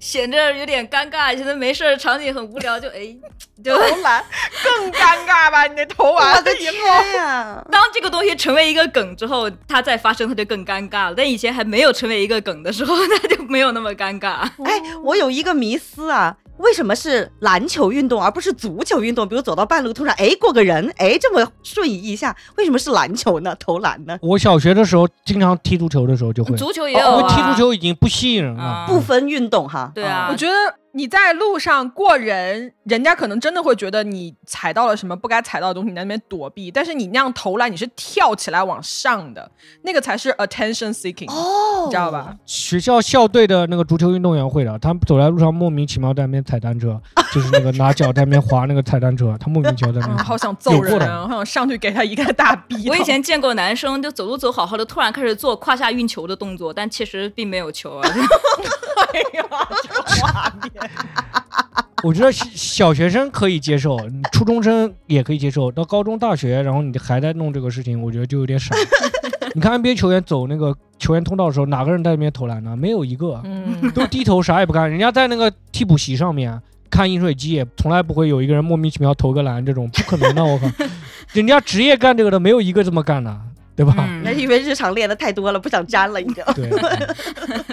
[SPEAKER 3] 显着有点尴尬，觉得没事儿，场景很无聊，就哎，就
[SPEAKER 1] 投篮更尴尬吧？你那投完
[SPEAKER 2] 我的
[SPEAKER 1] 以
[SPEAKER 2] 天
[SPEAKER 1] 后，
[SPEAKER 2] 呀、
[SPEAKER 3] 当这个东西成为一个梗之后，它再发生它就更尴尬了。但以前还没有成为一个梗的时候， 它就没有那么尴尬。
[SPEAKER 2] 哎，我有一个迷思啊，为什么是篮球运动而不是足球运动？比如走到半路突然哎过个人，哎这么瞬移一下，为什么是篮球呢？投篮呢？
[SPEAKER 4] 我小学的时候经常踢足球的时候就会，哦
[SPEAKER 3] 足球也有
[SPEAKER 4] 因为
[SPEAKER 3] 啊，
[SPEAKER 4] 踢足球已经不吸引人了嗯
[SPEAKER 3] 啊。
[SPEAKER 2] 不分运动哈。
[SPEAKER 3] 对啊，
[SPEAKER 1] 我觉得你在路上过人，人家可能真的会觉得你踩到了什么不该踩到的东西，你在那边躲避。但是你那样投篮，你是跳起来往上的，那个才是 attention seeking，、
[SPEAKER 2] 哦
[SPEAKER 1] 你知道？
[SPEAKER 3] 啊
[SPEAKER 1] 吧？
[SPEAKER 4] 学校校队的那个足球运动员会的，他们走在路上莫名其妙在那边踩单 车，就是那个拿脚在那边滑那个踩单车，他莫名其妙 在那边
[SPEAKER 1] 啊，
[SPEAKER 4] 滑。
[SPEAKER 1] 好想揍
[SPEAKER 4] 有过
[SPEAKER 1] 人啊！
[SPEAKER 4] 的
[SPEAKER 1] 我想上去给他一个大逼头。
[SPEAKER 3] 我以前见过男生就走路走好好的，突然开始做胯下运球的动作，但其实并没有球啊。
[SPEAKER 1] 哎呀，这个画面，
[SPEAKER 4] 我觉得小小学生可以接受，嗯初中生也可以接受，到高中、大学，然后你还在弄这个事情，我觉得就有 点傻。你看 NBA 球员走那个球员通道的时候，哪个人在那边投篮呢？没有一个，啊
[SPEAKER 1] 嗯，
[SPEAKER 4] 都低头啥也不干。人家在那个替补席上面看饮水机，也从来不会有一个人莫名其妙投个篮，这种不可能 的。我靠，人家职业干这个的，没有一个这么干的，对吧？
[SPEAKER 1] 嗯
[SPEAKER 3] 嗯
[SPEAKER 2] 那是因为日常练的太多了，不想沾了，已 经。
[SPEAKER 4] 对， 嗯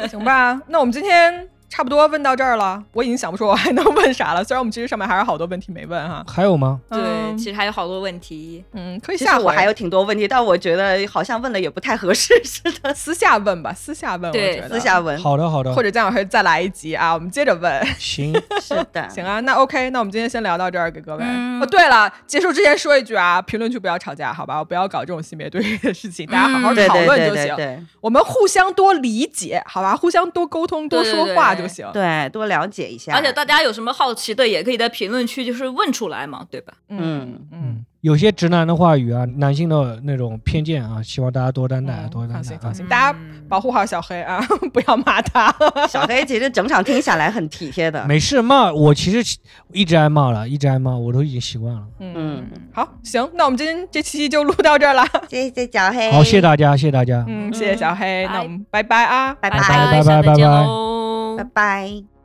[SPEAKER 1] 行吧，那我们今天差不多问到这儿了，我已经想不出我还能问啥了。虽然我们其实上面还有好多问题没问哈，
[SPEAKER 4] 还有吗？
[SPEAKER 3] 对，
[SPEAKER 1] 嗯
[SPEAKER 3] 其实还有好多问题。
[SPEAKER 1] 嗯，可以
[SPEAKER 2] 其实
[SPEAKER 1] 下回
[SPEAKER 2] 我还有挺多问题，但我觉得好像问了也不太合适似的。
[SPEAKER 1] 私下问吧，私下问，我
[SPEAKER 3] 对
[SPEAKER 1] 觉得
[SPEAKER 2] 私下问，
[SPEAKER 4] 好的，好的
[SPEAKER 1] 或，者姜老师再来一集啊，我们接着问。
[SPEAKER 4] 行，
[SPEAKER 2] 是的，
[SPEAKER 1] 行啊，那 OK，那我们今天先聊到这儿，给各位。
[SPEAKER 3] 嗯
[SPEAKER 1] 哦，对了，结束之前说一句啊，评论区不要吵架，好吧？不要搞这种性别对立的事情，大家好好
[SPEAKER 3] 嗯
[SPEAKER 2] 对
[SPEAKER 1] 讨
[SPEAKER 2] 对
[SPEAKER 1] 论
[SPEAKER 2] 对
[SPEAKER 1] 就行。
[SPEAKER 2] 对对
[SPEAKER 1] 我们互相多理解，好吧？互相多沟通，多
[SPEAKER 3] 对对
[SPEAKER 1] 说
[SPEAKER 3] 对
[SPEAKER 1] 话
[SPEAKER 3] 对
[SPEAKER 1] 就行。
[SPEAKER 2] 对，啊多了解一下。
[SPEAKER 3] 而且大家有什么好奇的，也可以在评论区就是问出来嘛，对吧？
[SPEAKER 1] 嗯嗯
[SPEAKER 4] 嗯，有些直男的话语啊，男性的那种偏见啊，希望大家多担待，
[SPEAKER 1] 嗯
[SPEAKER 4] 多担
[SPEAKER 1] 放
[SPEAKER 4] 待
[SPEAKER 1] 心
[SPEAKER 4] 啊。
[SPEAKER 1] 放心，大家保护好小黑啊， 不要骂他。
[SPEAKER 2] 小黑其实整场听下来很体贴的。
[SPEAKER 4] 没事，骂我其实一直挨骂了，一直挨骂，我都已经习惯了。
[SPEAKER 1] 嗯，
[SPEAKER 2] 嗯，
[SPEAKER 1] 好，行，那我们今天这期就录到这儿了。
[SPEAKER 2] 谢谢小黑。
[SPEAKER 1] 哎
[SPEAKER 4] 好，谢谢大家，谢谢大家。
[SPEAKER 1] 嗯，谢谢小黑，
[SPEAKER 3] 拜
[SPEAKER 1] 那我们拜拜啊。
[SPEAKER 2] 拜
[SPEAKER 4] 拜
[SPEAKER 2] 拜，
[SPEAKER 4] 拜拜
[SPEAKER 3] 哎下次
[SPEAKER 4] 拜
[SPEAKER 3] 见
[SPEAKER 4] 拜
[SPEAKER 3] 喽
[SPEAKER 2] 拜。拜。